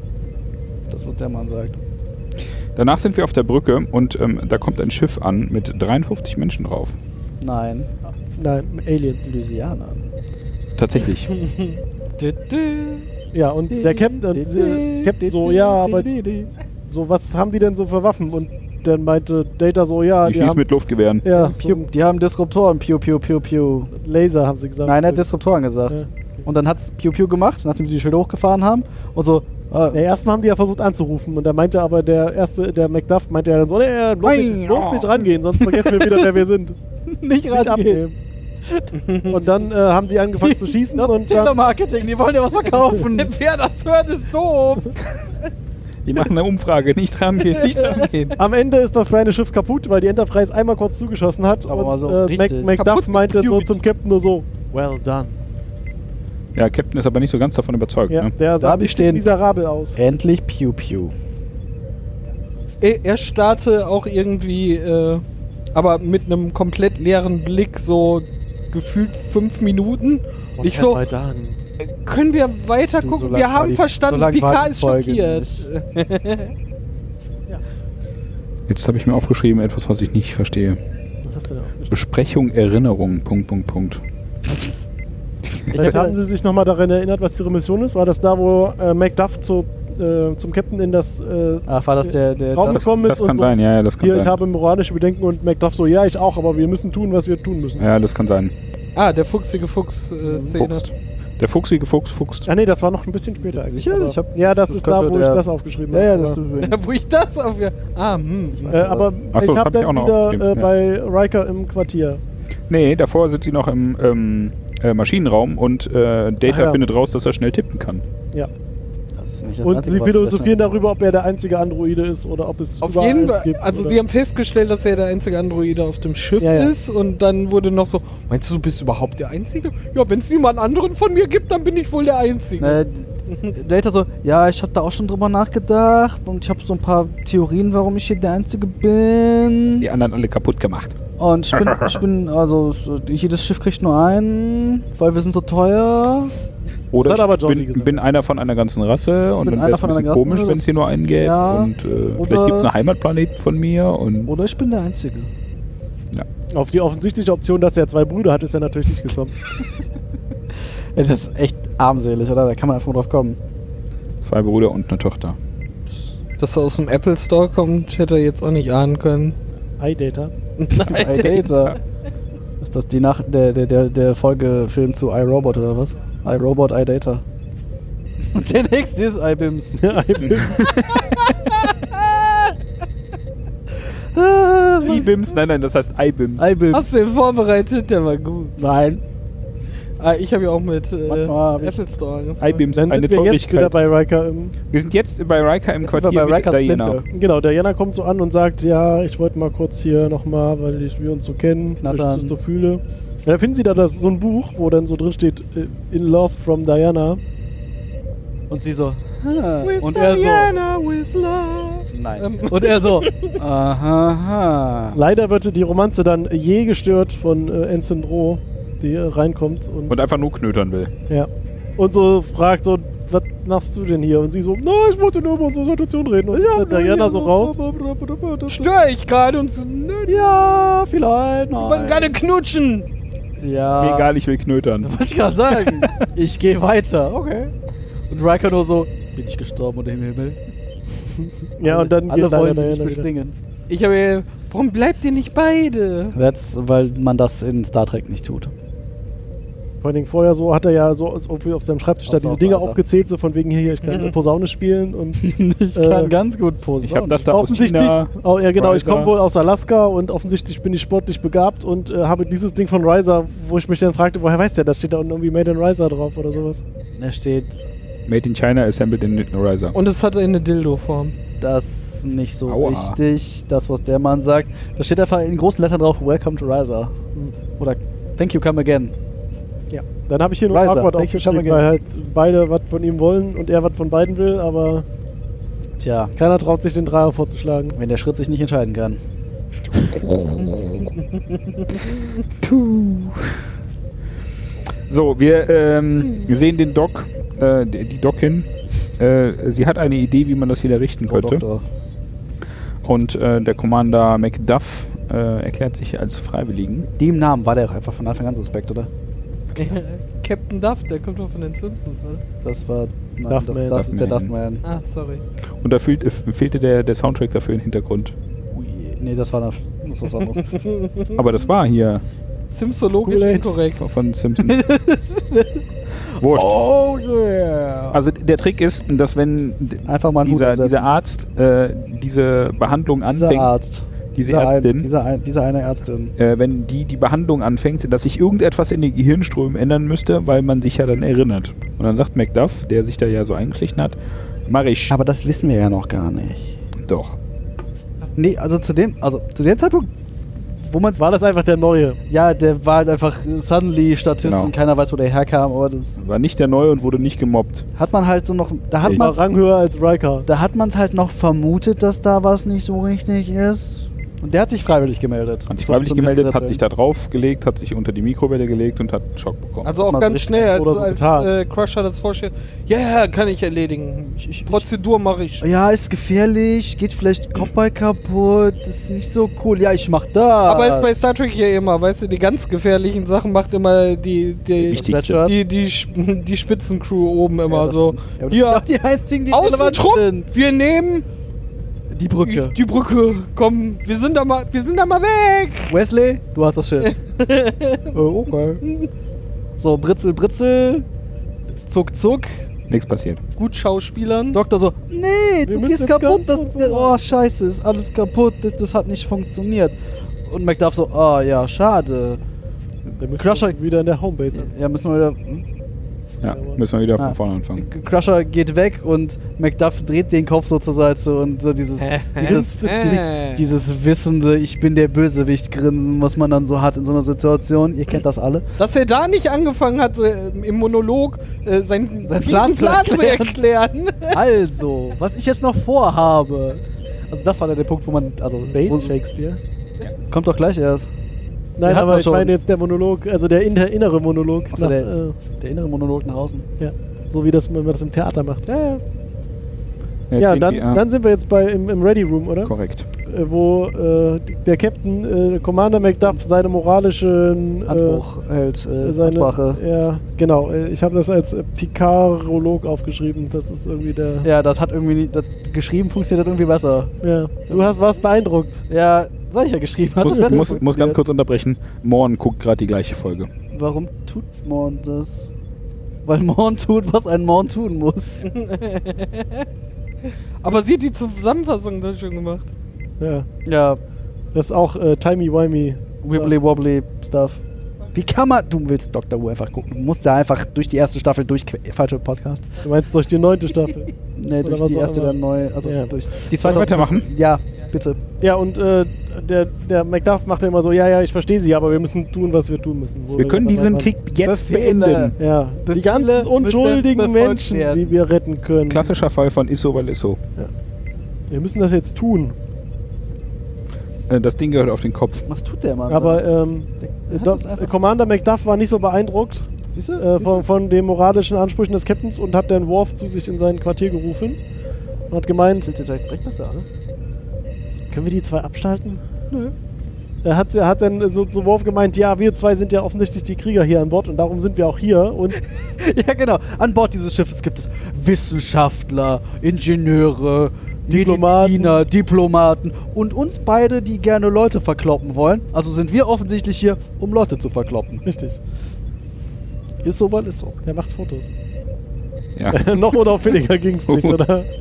Speaker 2: Das, was der Mann sagt.
Speaker 3: Danach sind wir auf der Brücke und ähm, da kommt ein Schiff an mit 53 Menschen drauf.
Speaker 2: Nein.
Speaker 1: Nein, Aliens.
Speaker 2: Louisiana.
Speaker 3: Tatsächlich.
Speaker 4: Dü- dü.
Speaker 1: Ja, und der Captain, und sie- Captain so, ja, aber so, was haben die denn so für Waffen? Und dann meinte Data so, ja,
Speaker 3: Die
Speaker 1: die
Speaker 3: schießt
Speaker 1: haben,
Speaker 3: mit Luftgewehren.
Speaker 1: ja, so
Speaker 2: Piu, die haben Disruptoren, piu, piu, piu, piu.
Speaker 1: Laser haben sie gesagt.
Speaker 2: Nein, er hat Disruptoren gesagt.
Speaker 1: Ja.
Speaker 2: Und dann hat's piu, piu gemacht, nachdem sie die Schilder hochgefahren haben. Und so, äh,
Speaker 1: Ja, erstmal haben die ja versucht anzurufen und da meinte aber der erste, der McDuff, meinte ja dann so, nee, bloß,
Speaker 3: Nein,
Speaker 1: nicht,
Speaker 3: ja.
Speaker 1: bloß
Speaker 2: oh.
Speaker 1: nicht rangehen, sonst vergessen wir wieder, wer wir sind.
Speaker 2: nicht
Speaker 1: Nicht
Speaker 2: rangehen.
Speaker 1: abnehmen. Und dann äh, haben die angefangen zu schießen
Speaker 2: Das ist
Speaker 1: und dann,
Speaker 2: Telemarketing, die wollen ja was verkaufen.
Speaker 4: Wer das hört, ist doof.
Speaker 3: Die machen eine Umfrage. Nicht rangehen, nicht rangehen.
Speaker 1: am Ende ist das kleine Schiff kaputt, weil die Enterprise einmal kurz zugeschossen hat
Speaker 2: Aber mal
Speaker 1: und
Speaker 2: so
Speaker 1: äh, Mac,
Speaker 2: richtig.
Speaker 1: McDuff
Speaker 4: Kaputt
Speaker 1: meinte so
Speaker 4: gepukt.
Speaker 1: zum Captain nur so, well done.
Speaker 3: Ja, Captain ist aber nicht so ganz davon überzeugt.
Speaker 1: Ja,
Speaker 3: Ne?
Speaker 1: der sah
Speaker 2: hab ich
Speaker 1: richtig
Speaker 2: stehen.
Speaker 1: miserabel aus.
Speaker 2: Endlich piu, piu.
Speaker 4: Er, er starrte auch irgendwie, äh, aber mit einem komplett leeren Blick, so gefühlt fünf Minuten.
Speaker 1: What
Speaker 4: Ich so,
Speaker 1: have I done?
Speaker 4: können wir weiter
Speaker 2: Du, so
Speaker 4: gucken?
Speaker 2: lang
Speaker 4: wir
Speaker 2: war
Speaker 4: haben
Speaker 2: die-
Speaker 4: verstanden,
Speaker 2: so lang war
Speaker 4: Picard
Speaker 2: die
Speaker 4: ist
Speaker 2: Folge
Speaker 4: schockiert. Äh,
Speaker 3: Jetzt habe ich mir aufgeschrieben, etwas, was ich nicht verstehe.
Speaker 1: Was hast du denn aufgeschrieben?
Speaker 3: Besprechung, Erinnerung, Punkt, Punkt, Punkt.
Speaker 1: Vielleicht haben sie sich nochmal daran erinnert, was ihre Mission ist. War das da, wo äh, McDuff zu, äh, zum Captain in das äh,
Speaker 2: Ach, war das der, der
Speaker 1: Raum
Speaker 2: das-
Speaker 1: gekommen ist
Speaker 3: Das kann
Speaker 1: und
Speaker 3: sein, ja, ja, das
Speaker 1: so,
Speaker 3: kann
Speaker 1: hier, ich
Speaker 3: sein.
Speaker 1: habe moralische Bedenken und McDuff so, ja, ich auch, aber wir müssen tun, was wir tun müssen.
Speaker 3: Ja, das kann sein.
Speaker 4: Ah, der fuchsige Fuchs-Szene.
Speaker 3: Fuchst. Der fuchsige Fuchs fuchst.
Speaker 1: Ah nee, das war noch ein bisschen später eigentlich.
Speaker 2: Sicher?
Speaker 1: aber-
Speaker 2: Ich hab-
Speaker 1: ja, das,
Speaker 2: das
Speaker 1: ist da,
Speaker 2: könnte
Speaker 1: wo ich
Speaker 2: der-
Speaker 1: das aufgeschrieben
Speaker 2: Ja, ja,
Speaker 1: habe.
Speaker 2: das
Speaker 1: aber-
Speaker 4: Wo ich das auf. Ah, hm.
Speaker 1: äh, aber
Speaker 3: Ach so,
Speaker 1: ich
Speaker 3: das
Speaker 1: habe
Speaker 3: hab ich auch
Speaker 1: dann
Speaker 3: noch
Speaker 1: wieder äh,
Speaker 3: aufgeschrieben,
Speaker 1: bei Riker im Quartier.
Speaker 3: Nee, davor sitzt sie noch im ähm, äh, Maschinenraum und äh, Data
Speaker 1: Ach ja.
Speaker 3: findet raus, dass er schnell tippen kann.
Speaker 1: Ja.
Speaker 2: Das ist nicht das
Speaker 1: Und
Speaker 2: Einzige,
Speaker 1: sie
Speaker 2: was ich
Speaker 1: philosophieren
Speaker 2: verstanden habe.
Speaker 1: darüber, ob er der einzige Androide ist oder ob es
Speaker 4: Auf
Speaker 1: überall
Speaker 4: jeden
Speaker 1: eins
Speaker 4: Fall.
Speaker 1: gibt,
Speaker 4: Also,
Speaker 1: oder-
Speaker 4: sie haben festgestellt, dass er der einzige Androide auf dem Schiff
Speaker 1: Ja, ja.
Speaker 4: ist. Und dann wurde noch so: Meinst du, du bist überhaupt der Einzige? Ja, wenn es niemand anderen von mir gibt, dann bin ich wohl der Einzige.
Speaker 2: Äh, D- Data so, ja, ich habe da auch schon drüber nachgedacht und ich habe so ein paar Theorien, warum ich hier der Einzige bin.
Speaker 3: Die anderen alle kaputt gemacht.
Speaker 2: Und ich bin, ich bin, also so, jedes Schiff kriegt nur einen, weil wir sind so teuer.
Speaker 3: Oder
Speaker 1: Das hat aber
Speaker 3: ich
Speaker 1: Jordi
Speaker 3: bin,
Speaker 1: gesagt.
Speaker 3: bin einer von einer ganzen Rasse und
Speaker 2: bin
Speaker 3: dann
Speaker 2: einer
Speaker 3: wäre es
Speaker 2: von
Speaker 3: ein
Speaker 2: einer
Speaker 3: bisschen
Speaker 2: ganzen
Speaker 3: komisch,
Speaker 2: Rasse.
Speaker 3: wenn es hier nur einen gäbe.
Speaker 2: Ja.
Speaker 3: Und äh,
Speaker 2: Oder-
Speaker 3: vielleicht gibt es einen Heimatplaneten von mir. Und
Speaker 2: Oder ich bin der Einzige.
Speaker 1: Auf die offensichtliche Option, dass er zwei Brüder hat, ist er natürlich nicht gekommen.
Speaker 2: Ey, das ist echt armselig, oder? Da kann man einfach drauf kommen.
Speaker 3: zwei Brüder und eine Tochter.
Speaker 4: Dass er aus dem Apple Store kommt, hätte er jetzt auch nicht ahnen können.
Speaker 1: Hi Data.
Speaker 2: Ey,
Speaker 1: äh,
Speaker 2: Data. Ist das die Nach der, der, der, der Folgefilm zu iRobot oder was? iRobot, iData. Und der nächste ist iBims.
Speaker 3: I-Bims? Nein, nein, das heißt I-Bims.
Speaker 2: Ah, iBims.
Speaker 4: Hast du ihn vorbereitet? Der war gut.
Speaker 2: Nein.
Speaker 4: Ah, ich habe ja auch mit äh,
Speaker 2: Warte mal, hab ich-
Speaker 4: Apple Store angefangen.
Speaker 3: I-Bims,
Speaker 1: Dann
Speaker 3: eine
Speaker 1: sind wir jetzt wieder
Speaker 3: Traurigkeit.
Speaker 1: bei Riker im
Speaker 3: wir sind jetzt bei Riker im
Speaker 2: sind wir
Speaker 3: Quartier
Speaker 2: bei
Speaker 3: mit
Speaker 2: Riker
Speaker 3: Diana.
Speaker 2: Splinter.
Speaker 1: Genau, der Jana kommt so an und sagt, ja, ich wollte mal kurz hier nochmal, weil ich, wir uns so kennen, weil ich
Speaker 2: Knattern.
Speaker 1: das so fühle. Ja, da finden sie da das, so ein Buch, wo dann so drin steht, äh, In Love from Diana.
Speaker 2: Und sie so. "Hm."
Speaker 4: With
Speaker 2: Und er so.
Speaker 4: Diana, with love.
Speaker 2: Nein.
Speaker 4: Ähm.
Speaker 2: Und er so. Aha. aha.
Speaker 1: Leider wird die Romanze dann je gestört von äh, Ensign Roh, die äh, reinkommt und,
Speaker 3: Und einfach nur knötern will.
Speaker 1: ja. und so fragt so, was machst du denn hier? Und sie so, na, ich wollte nur über unsere Situation reden. Und äh, Diana so raus.
Speaker 4: Störe ich gerade und so, nö, ja.
Speaker 2: Ah, vielleicht.
Speaker 4: Wir wollen gerade
Speaker 2: Nein.
Speaker 4: knutschen.
Speaker 2: Ja.
Speaker 3: Mir egal, ich will knötern.
Speaker 2: Wollte ich gerade sagen. ich gehe weiter. Okay. Und Riker nur so. Bin ich gestorben unter dem Himmel?
Speaker 1: Ja, und dann
Speaker 2: Alle
Speaker 1: geht leider
Speaker 2: wollen sie
Speaker 1: Diana
Speaker 2: mich
Speaker 1: wieder.
Speaker 2: bespringen.
Speaker 4: Ich habe, ja- warum bleibt ihr nicht beide?
Speaker 2: That's, weil man das in Star Trek nicht tut.
Speaker 1: Vor allen Dingen vorher so hat er ja so aus- irgendwie auf seinem Schreibtisch da
Speaker 2: Aus
Speaker 1: diese
Speaker 2: auf-
Speaker 1: Dinge
Speaker 2: aus-
Speaker 1: aufgezählt, so von wegen hier, hier ich kann Posaune spielen und
Speaker 2: ich
Speaker 1: Äh,
Speaker 2: kann ganz gut posen.
Speaker 3: Ich habe das da aus
Speaker 1: Offensichtlich.
Speaker 3: China.
Speaker 1: Oh, ja, genau. Ich
Speaker 3: Riser.
Speaker 1: komme wohl aus Alaska und offensichtlich bin ich sportlich begabt und äh, habe dieses Ding von Riser, wo ich mich dann fragte, woher weiß der das? Steht da unten irgendwie Made in Riser drauf oder sowas?
Speaker 2: Da steht,
Speaker 3: Made in China, assembled in Riser.
Speaker 4: Und es hatte eine Dildo-Form.
Speaker 2: das nicht so
Speaker 3: Aua.
Speaker 2: richtig, das, was der Mann sagt. Da steht einfach in großen Lettern drauf, Welcome to Riser. Oder Thank you, come again.
Speaker 1: Ja. Dann habe ich hier nur
Speaker 2: Riser,
Speaker 1: awkward
Speaker 2: welche Schamme
Speaker 1: aufgeschrieben,
Speaker 2: geht?
Speaker 1: weil halt beide was von ihm wollen und er was von beiden will, aber
Speaker 2: Tja,
Speaker 1: keiner traut sich den Dreier vorzuschlagen.
Speaker 2: wenn der Schritt sich nicht entscheiden kann.
Speaker 3: So, wir ähm, sehen den Doc, äh, die die Docin. Äh, sie hat eine Idee, wie man das wieder richten
Speaker 2: Oh,
Speaker 3: könnte.
Speaker 2: Doktor.
Speaker 3: Und äh, der Commander McDuff äh, erklärt sich als Freiwilligen.
Speaker 2: Dem Namen war der auch einfach von Anfang an suspekt, oder?
Speaker 4: Captain Duff, der kommt doch von den Simpsons, oder?
Speaker 2: Das war. Nein,
Speaker 1: Duffman.
Speaker 2: das, das ist der
Speaker 3: Duffman.
Speaker 2: Duffman.
Speaker 4: Ah, sorry.
Speaker 3: Und da fehlt, äh, fehlte der, der Soundtrack dafür im Hintergrund.
Speaker 2: Ui. Oh Nee, das war das, das ist was anderes. Mhm.
Speaker 3: Aber das war hier
Speaker 4: Simsologisch
Speaker 1: Kool-Aid.
Speaker 4: inkorrekt.
Speaker 3: von Simpsons. Wurscht.
Speaker 2: oh yeah!
Speaker 3: Also der Trick ist, dass wenn d-
Speaker 2: Einfach mal einen Hut
Speaker 3: dieser,
Speaker 2: aufsetzen.
Speaker 3: dieser Arzt äh, diese Behandlung
Speaker 2: Dieser
Speaker 3: anfängt,
Speaker 2: Arzt.
Speaker 3: diese
Speaker 2: dieser, ein-
Speaker 3: Ärztin,
Speaker 2: dieser, ein- dieser eine Ärztin.
Speaker 3: äh, wenn die die Behandlung anfängt, dass sich irgendetwas in den Gehirnströmen ändern müsste, weil man sich ja dann erinnert. Und dann sagt Macduff, der sich da ja so eingeschlichen hat, mach ich
Speaker 2: Aber das wissen wir ja noch gar nicht.
Speaker 3: doch.
Speaker 2: Nee, also zu dem, also zu dem Zeitpunkt, wo man
Speaker 1: War das einfach der neue?
Speaker 2: Ja, der war halt einfach suddenly Statist
Speaker 3: Genau.
Speaker 2: und keiner weiß, wo der herkam, aber das
Speaker 3: War nicht der Neue und wurde nicht gemobbt.
Speaker 2: hat man halt so noch. Da hat
Speaker 3: Ich-
Speaker 1: War
Speaker 2: man
Speaker 1: Rang höher als Riker.
Speaker 2: da hat man es halt noch vermutet, dass da was nicht so richtig ist. Und der hat sich freiwillig gemeldet.
Speaker 3: Hat sich
Speaker 2: Zum-
Speaker 3: freiwillig
Speaker 2: zum
Speaker 3: gemeldet, hat
Speaker 2: Mitreden.
Speaker 3: sich da drauf gelegt, hat sich unter die Mikrowelle gelegt und hat einen Schock bekommen.
Speaker 4: Also auch
Speaker 2: Mal
Speaker 4: ganz
Speaker 2: richtig.
Speaker 4: schnell, als,
Speaker 1: Oder so
Speaker 4: als
Speaker 1: getan.
Speaker 4: äh, Crusher das vorstellt. Ja, ja, kann ich erledigen. Prozedur mache ich.
Speaker 2: Ja, ist gefährlich, geht vielleicht Kopfball kaputt, ist nicht so cool. Ja, ich mach da.
Speaker 4: Aber jetzt bei Star Trek ja immer, weißt du, die ganz gefährlichen Sachen macht immer die die
Speaker 3: Wichtigste.
Speaker 2: Splash-Up.
Speaker 4: die, die, Sch- die Spitzencrew oben
Speaker 2: Ja,
Speaker 4: immer
Speaker 2: das
Speaker 4: so.
Speaker 2: stimmt. Ja, aber das
Speaker 4: Ja,
Speaker 2: sind doch die einzigen, die relevant
Speaker 4: Außentrum,
Speaker 2: sind.
Speaker 4: wir nehmen
Speaker 2: Die Brücke.
Speaker 4: die Brücke. Komm, wir sind da mal, wir sind da mal weg.
Speaker 2: Wesley, du hast das Schild. Äh, okay. So, Britzel, Britzel. Zuck, zuck.
Speaker 3: Nichts passiert.
Speaker 4: Gut Schauspielern.
Speaker 2: Doktor so, nee,
Speaker 1: Wir
Speaker 2: du
Speaker 1: müssen
Speaker 2: gehst
Speaker 1: das
Speaker 2: kaputt,
Speaker 1: Ganze
Speaker 2: das, das, oh scheiße, ist alles kaputt, das, das hat nicht funktioniert. Und McDuff so, ah ja, schade.
Speaker 1: Der müsste
Speaker 2: Crusher-
Speaker 1: wieder in der Homebase an.
Speaker 2: Ja, müssen wir wieder, hm?
Speaker 3: Ja, müssen wir wieder
Speaker 2: Ah.
Speaker 3: von vorne anfangen.
Speaker 2: Crusher geht weg und McDuff dreht den Kopf so zur Seite und so dieses, dieses, dieses, dieses wissende, ich bin der Bösewicht grinsen, was man dann so hat in so einer Situation. Ihr kennt das alle.
Speaker 4: Dass er da nicht angefangen hat, äh, im Monolog äh, seinen,
Speaker 2: Seinen
Speaker 4: fiesen
Speaker 2: Plan zu
Speaker 4: zu erklären.
Speaker 2: Also, was ich jetzt noch vorhabe. Also das war dann der Punkt, wo man, also wo-
Speaker 1: Shakespeare.
Speaker 2: kommt doch gleich erst.
Speaker 1: Nein,
Speaker 2: hatten wir
Speaker 1: aber ich
Speaker 2: schon.
Speaker 1: meine jetzt der Monolog, also der inter- innere Monolog.
Speaker 2: Ach so,
Speaker 1: nach,
Speaker 2: der-
Speaker 3: äh.
Speaker 2: Der innere Monolog nach außen.
Speaker 1: äh, ja. So wie das, wenn man das im Theater macht. Ja, ja.
Speaker 3: Jetzt
Speaker 1: Ja,
Speaker 3: sehen
Speaker 1: dann,
Speaker 3: die, ah,
Speaker 1: dann sind wir jetzt bei im, im Ready Room, oder?
Speaker 3: korrekt.
Speaker 1: Äh, wo äh, der Captain äh, Commander McDuff seine moralischen
Speaker 2: Handbuch hält,
Speaker 1: Äh,
Speaker 2: äh,
Speaker 1: seine,
Speaker 2: Ansprache.
Speaker 1: Ja, genau. Äh, Ich habe das als äh, Picarolog aufgeschrieben. Das ist irgendwie der.
Speaker 2: Ja, das hat irgendwie, nie- das geschrieben funktioniert irgendwie besser.
Speaker 1: ja. Du hast warst beeindruckt.
Speaker 2: Ja, sag ich ja, geschrieben hat
Speaker 3: Muss,
Speaker 2: es besser
Speaker 3: muss, muss ganz kurz unterbrechen. Morn guckt gerade die gleiche Folge.
Speaker 2: funktioniert. Warum tut Morn das? Weil Morn tut, was ein Morn tun muss.
Speaker 4: Aber sie hat die Zusammenfassung da schon gemacht.
Speaker 1: Ja.
Speaker 2: ja,
Speaker 1: Das ist auch äh, timey-wimey.
Speaker 2: wibbly wobbly Stuff. Wie kann man. Du willst Doctor Who einfach gucken. Du musst da einfach durch die erste Staffel durch. Falscher Podcast.
Speaker 1: Du meinst durch die neunte Staffel.
Speaker 2: Nee,
Speaker 1: Oder
Speaker 2: durch
Speaker 1: was
Speaker 2: die
Speaker 1: auch
Speaker 2: erste
Speaker 1: immer.
Speaker 2: dann neu. Also
Speaker 1: Ja.
Speaker 2: durch die
Speaker 3: Sollen wir
Speaker 2: zweite.
Speaker 3: weitermachen?
Speaker 2: Ja, bitte.
Speaker 1: Ja, und äh, der, der McDuff macht ja immer so, ja, ja, ich verstehe sie, aber wir müssen tun, was wir tun müssen. Wo
Speaker 3: Wir können
Speaker 1: dann
Speaker 3: diesen
Speaker 1: waren.
Speaker 3: Krieg jetzt
Speaker 2: Befehle.
Speaker 3: beenden.
Speaker 1: Ja,
Speaker 2: Befehle
Speaker 1: die ganzen
Speaker 2: müssen
Speaker 1: unschuldigen
Speaker 2: befolgt
Speaker 1: Menschen,
Speaker 2: werden.
Speaker 1: die wir retten können.
Speaker 3: Klassischer Fall von Isso weil Isso.
Speaker 1: Wir müssen das jetzt tun.
Speaker 3: Äh, Das Ding gehört auf den Kopf.
Speaker 2: Was tut der Mann?
Speaker 1: Aber ähm,
Speaker 2: Der hat
Speaker 1: Do-
Speaker 2: das einfach-
Speaker 1: Commander McDuff war nicht so beeindruckt
Speaker 2: Siehst du?
Speaker 1: äh, von, von den moralischen Ansprüchen des Captains und hat dann Worf zu sich in sein Quartier gerufen und hat gemeint,
Speaker 2: Siehst du? Direkt direkt besser, oder?
Speaker 1: können wir die zwei abschalten?
Speaker 2: Nö.
Speaker 1: Er hat, er hat dann so zu Worf gemeint, ja, wir zwei sind ja offensichtlich die Krieger hier an Bord und darum sind wir auch hier. Und
Speaker 2: Ja, genau. An Bord dieses Schiffes gibt es Wissenschaftler, Ingenieure,
Speaker 1: Diplomaten.
Speaker 2: Mediziner, Diplomaten und uns beide, die gerne Leute verkloppen wollen. Also sind wir offensichtlich hier, um Leute zu verkloppen.
Speaker 1: richtig,
Speaker 2: Ist so, weil ist so.
Speaker 1: der macht Fotos.
Speaker 3: Ja.
Speaker 1: Noch unauffälliger ging es nicht, oder?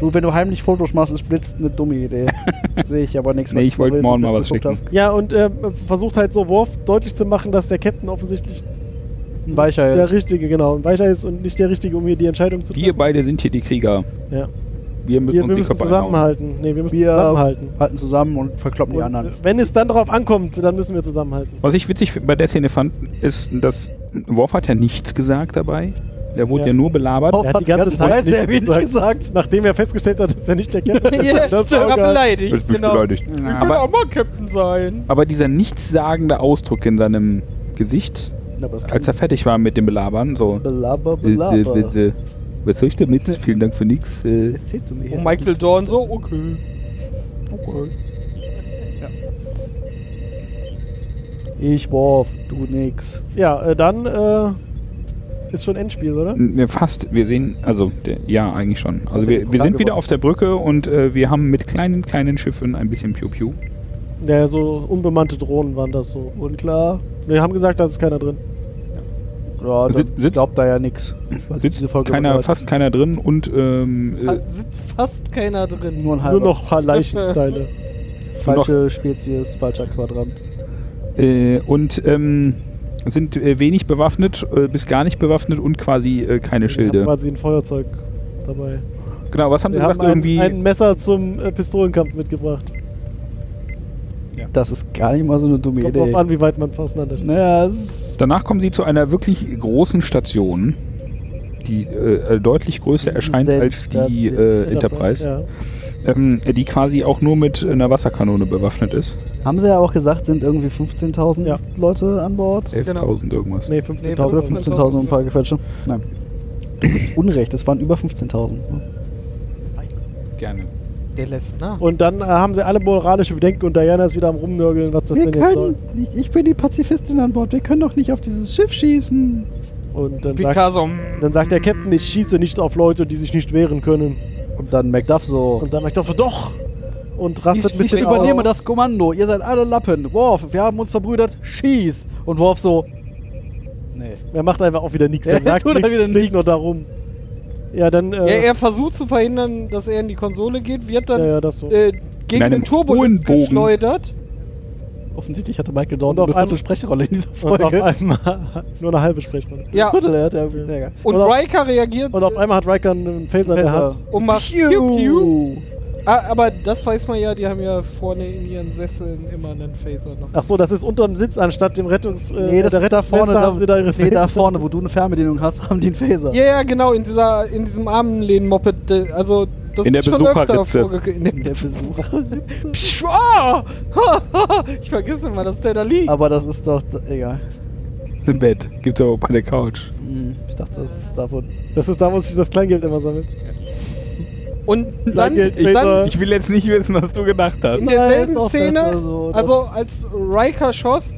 Speaker 2: Du, wenn du heimlich Fotos machst, ist Blitz eine dumme Idee. Das Sehe ich aber nichts.
Speaker 3: Nee,
Speaker 2: weil
Speaker 3: ich wollte
Speaker 2: will
Speaker 3: morgen
Speaker 2: Blitz
Speaker 3: mal was
Speaker 2: geguckt
Speaker 3: schicken.
Speaker 1: Ja, und ähm, versucht halt so Worf deutlich zu machen, dass der Captain offensichtlich
Speaker 2: hab. Ein Weicher
Speaker 1: der
Speaker 2: jetzt.
Speaker 1: Richtige, genau, ein Weicher ist und nicht der Richtige, um hier die Entscheidung zu
Speaker 3: Wir
Speaker 1: treffen.
Speaker 3: beide sind hier die Krieger.
Speaker 1: ja.
Speaker 3: Wir müssen
Speaker 1: wir,
Speaker 3: uns
Speaker 1: wir
Speaker 3: die
Speaker 1: müssen
Speaker 3: Köpfe einhauen.
Speaker 1: zusammenhalten. Nee, wir müssen
Speaker 2: Wir
Speaker 1: zusammenhalten.
Speaker 2: halten zusammen und verkloppen die
Speaker 1: Und,
Speaker 2: anderen.
Speaker 1: äh, wenn es dann drauf ankommt, dann müssen wir zusammenhalten.
Speaker 3: Was ich witzig bei der Szene fand, ist, dass Worf hat ja nichts gesagt dabei. Der wurde
Speaker 1: Ja.
Speaker 3: ja, nur
Speaker 2: Oh,
Speaker 3: belabert.
Speaker 1: hat die ganze Zeit nichts
Speaker 2: sehr wenig
Speaker 1: gesagt.
Speaker 2: gesagt.
Speaker 1: Nachdem er festgestellt hat, dass er nicht der Captain ist.
Speaker 4: ja,
Speaker 1: Das ist
Speaker 4: stimmt, hab
Speaker 1: auch geil.
Speaker 4: beleidigt.
Speaker 3: Ich bin
Speaker 4: genau.
Speaker 3: beleidigt.
Speaker 4: Ich will
Speaker 3: Aber-
Speaker 4: auch mal Captain sein.
Speaker 3: Aber dieser nichtssagende Ausdruck in seinem Gesicht,
Speaker 2: Aber das
Speaker 3: als er fertig war mit dem Belabern, so.
Speaker 2: Blabber,
Speaker 3: Äh, äh,
Speaker 2: blabber.
Speaker 3: Was äh, was soll ich damit? Vielen Dank für nichts. Äh,
Speaker 2: Erzählst du mir
Speaker 4: Und Oh, Michael Dorn so, okay.
Speaker 1: Äh.
Speaker 2: Ich warf, du nix.
Speaker 1: Ja, äh, dann äh, ist schon Endspiel, oder?
Speaker 3: N- Fast. Wir sehen, also der, ja, eigentlich schon. Also
Speaker 5: Also wir
Speaker 3: wir, wir sind
Speaker 5: Programm
Speaker 3: wieder
Speaker 5: gewonnen.
Speaker 3: auf der Brücke und äh, wir haben mit kleinen, kleinen Schiffen ein bisschen Piu-Piu.
Speaker 1: Ja, so unbemannte Drohnen waren das so.
Speaker 2: Unklar.
Speaker 1: Wir haben gesagt, da ist keiner drin.
Speaker 2: Ja,
Speaker 3: Sit-
Speaker 2: dann
Speaker 3: sitzt-
Speaker 2: glaubt da ja nix. Ich weiß
Speaker 3: Sitzt
Speaker 2: diese Folge
Speaker 3: keiner,
Speaker 2: gehört.
Speaker 3: fast keiner drin und ähm, äh,
Speaker 4: Da sitzt fast keiner drin.
Speaker 2: Nur ein halber.
Speaker 1: Nur noch ein paar Leichenteile.
Speaker 2: Falsche Spezies, falscher Quadrant.
Speaker 3: Äh, und ähm, sind äh, wenig bewaffnet, äh, bis gar nicht bewaffnet und quasi äh, keine
Speaker 1: Wir haben
Speaker 3: Schilde.
Speaker 1: quasi ein Feuerzeug dabei.
Speaker 3: Genau, was haben sie
Speaker 1: Wir haben
Speaker 3: gesagt?
Speaker 1: ein,
Speaker 3: Irgendwie
Speaker 1: ein Messer zum äh, Pistolenkampf mitgebracht.
Speaker 2: Das ist gar nicht mal so eine dumme
Speaker 1: Kommt
Speaker 2: Idee.
Speaker 1: drauf an, wie weit man auseinander steht.
Speaker 2: Naja, es ist
Speaker 3: danach kommen sie zu einer wirklich großen Station, die äh, äh, deutlich größer erscheint als die
Speaker 2: Station.
Speaker 3: äh, Enterprise,
Speaker 1: Ja.
Speaker 3: ähm, die quasi auch nur mit einer Wasserkanone bewaffnet ist.
Speaker 2: Haben sie ja auch gesagt, sind irgendwie 15.000
Speaker 1: Ja.
Speaker 2: Leute an Bord?
Speaker 3: 11.000
Speaker 4: Genau.
Speaker 3: irgendwas.
Speaker 1: Nee,
Speaker 2: Oder
Speaker 1: 15.000.
Speaker 4: Nee,
Speaker 2: 15.000 und ein paar Gefälschte? Nein. Du bist unrecht, es waren über 15.000. ne?
Speaker 3: Gerne.
Speaker 4: Der lässt nach.
Speaker 1: und dann äh, haben sie alle moralische Bedenken und Diana ist wieder am rumnörgeln, was das denn jetzt soll.
Speaker 2: ich, ich bin die Pazifistin an Bord, wir können doch nicht auf dieses Schiff schießen.
Speaker 1: Und dann sagt,
Speaker 4: Picasso.
Speaker 1: dann sagt der Captain, ich schieße nicht auf Leute, die sich nicht wehren können.
Speaker 2: Und dann MacDuff so.
Speaker 1: Und dann sagt er, doch! Und rastet
Speaker 2: Ich,
Speaker 1: ein
Speaker 2: ich
Speaker 1: bisschen
Speaker 2: übernehme
Speaker 1: aus.
Speaker 2: das Kommando, ihr seid alle Lappen. Worf, wir haben uns verbrüdert, schieß! Und Worf so. Nee.
Speaker 1: Er macht einfach auch wieder nichts. Er
Speaker 2: Er
Speaker 1: sagt
Speaker 2: tut
Speaker 1: nichts,
Speaker 2: dann wieder
Speaker 1: steht nur darum. Ja, dann...
Speaker 4: Ja,
Speaker 1: Äh,
Speaker 4: er versucht zu verhindern, dass er in die Konsole geht, wird dann
Speaker 1: ja, ja, das so.
Speaker 4: Äh,
Speaker 3: In
Speaker 4: gegen
Speaker 3: einem
Speaker 4: den Turbo
Speaker 3: hohen Bogen.
Speaker 4: geschleudert.
Speaker 2: Offensichtlich hatte Michael
Speaker 1: Und
Speaker 2: Dorn
Speaker 1: auf
Speaker 2: eine
Speaker 1: einmal-
Speaker 2: Viertel-Sprechrolle in dieser
Speaker 1: und auf
Speaker 2: Folge.
Speaker 1: einmal nur eine halbe Sprechrolle.
Speaker 4: Ja.
Speaker 2: Viertel, er hat ja. ja.
Speaker 4: Und,
Speaker 1: Und auf-
Speaker 4: Riker reagiert
Speaker 1: Und auf einmal hat Riker einen Phaser in der Hand.
Speaker 4: und macht
Speaker 2: Piu.
Speaker 4: Piu
Speaker 2: Oh.
Speaker 4: Piu.
Speaker 2: Äh,
Speaker 4: Ah, aber das weiß man ja, die haben ja vorne in ihren Sesseln immer einen Phaser noch.
Speaker 1: Ach so, das ist unterm Sitz anstatt dem Rettungs... Äh,
Speaker 2: Nee, das
Speaker 1: der
Speaker 2: ist da vorne,
Speaker 1: Rettungsweste
Speaker 2: da,
Speaker 1: haben sie da ihre
Speaker 2: nee, da
Speaker 1: Phaser.
Speaker 2: vorne, wo du eine Fernbedienung hast, haben die einen Phaser.
Speaker 4: Ja, ja, genau, in, dieser, in diesem Armenlehn-Moped. äh, Also, das
Speaker 3: In
Speaker 4: ist
Speaker 3: der
Speaker 4: schon öfter
Speaker 3: Besucherritze.
Speaker 4: vorgekommen. In der
Speaker 2: Der Besucher.
Speaker 4: Psch, ah! ich vergesse immer, dass der da liegt.
Speaker 2: Aber das ist doch d- egal.
Speaker 3: Im Bett. Gibt es aber bei der Couch.
Speaker 2: Hm, Ich dachte, das ist da, wo.
Speaker 1: Das ist da, wo sich das Kleingeld immer sammelt.
Speaker 4: Und dann,
Speaker 1: Geld, Phaser.
Speaker 4: dann
Speaker 3: Ich will jetzt nicht wissen, was du gedacht hast.
Speaker 4: in
Speaker 2: ist
Speaker 4: derselben
Speaker 2: doch
Speaker 4: Szene,
Speaker 2: besser so, das-
Speaker 4: also als Riker schoss,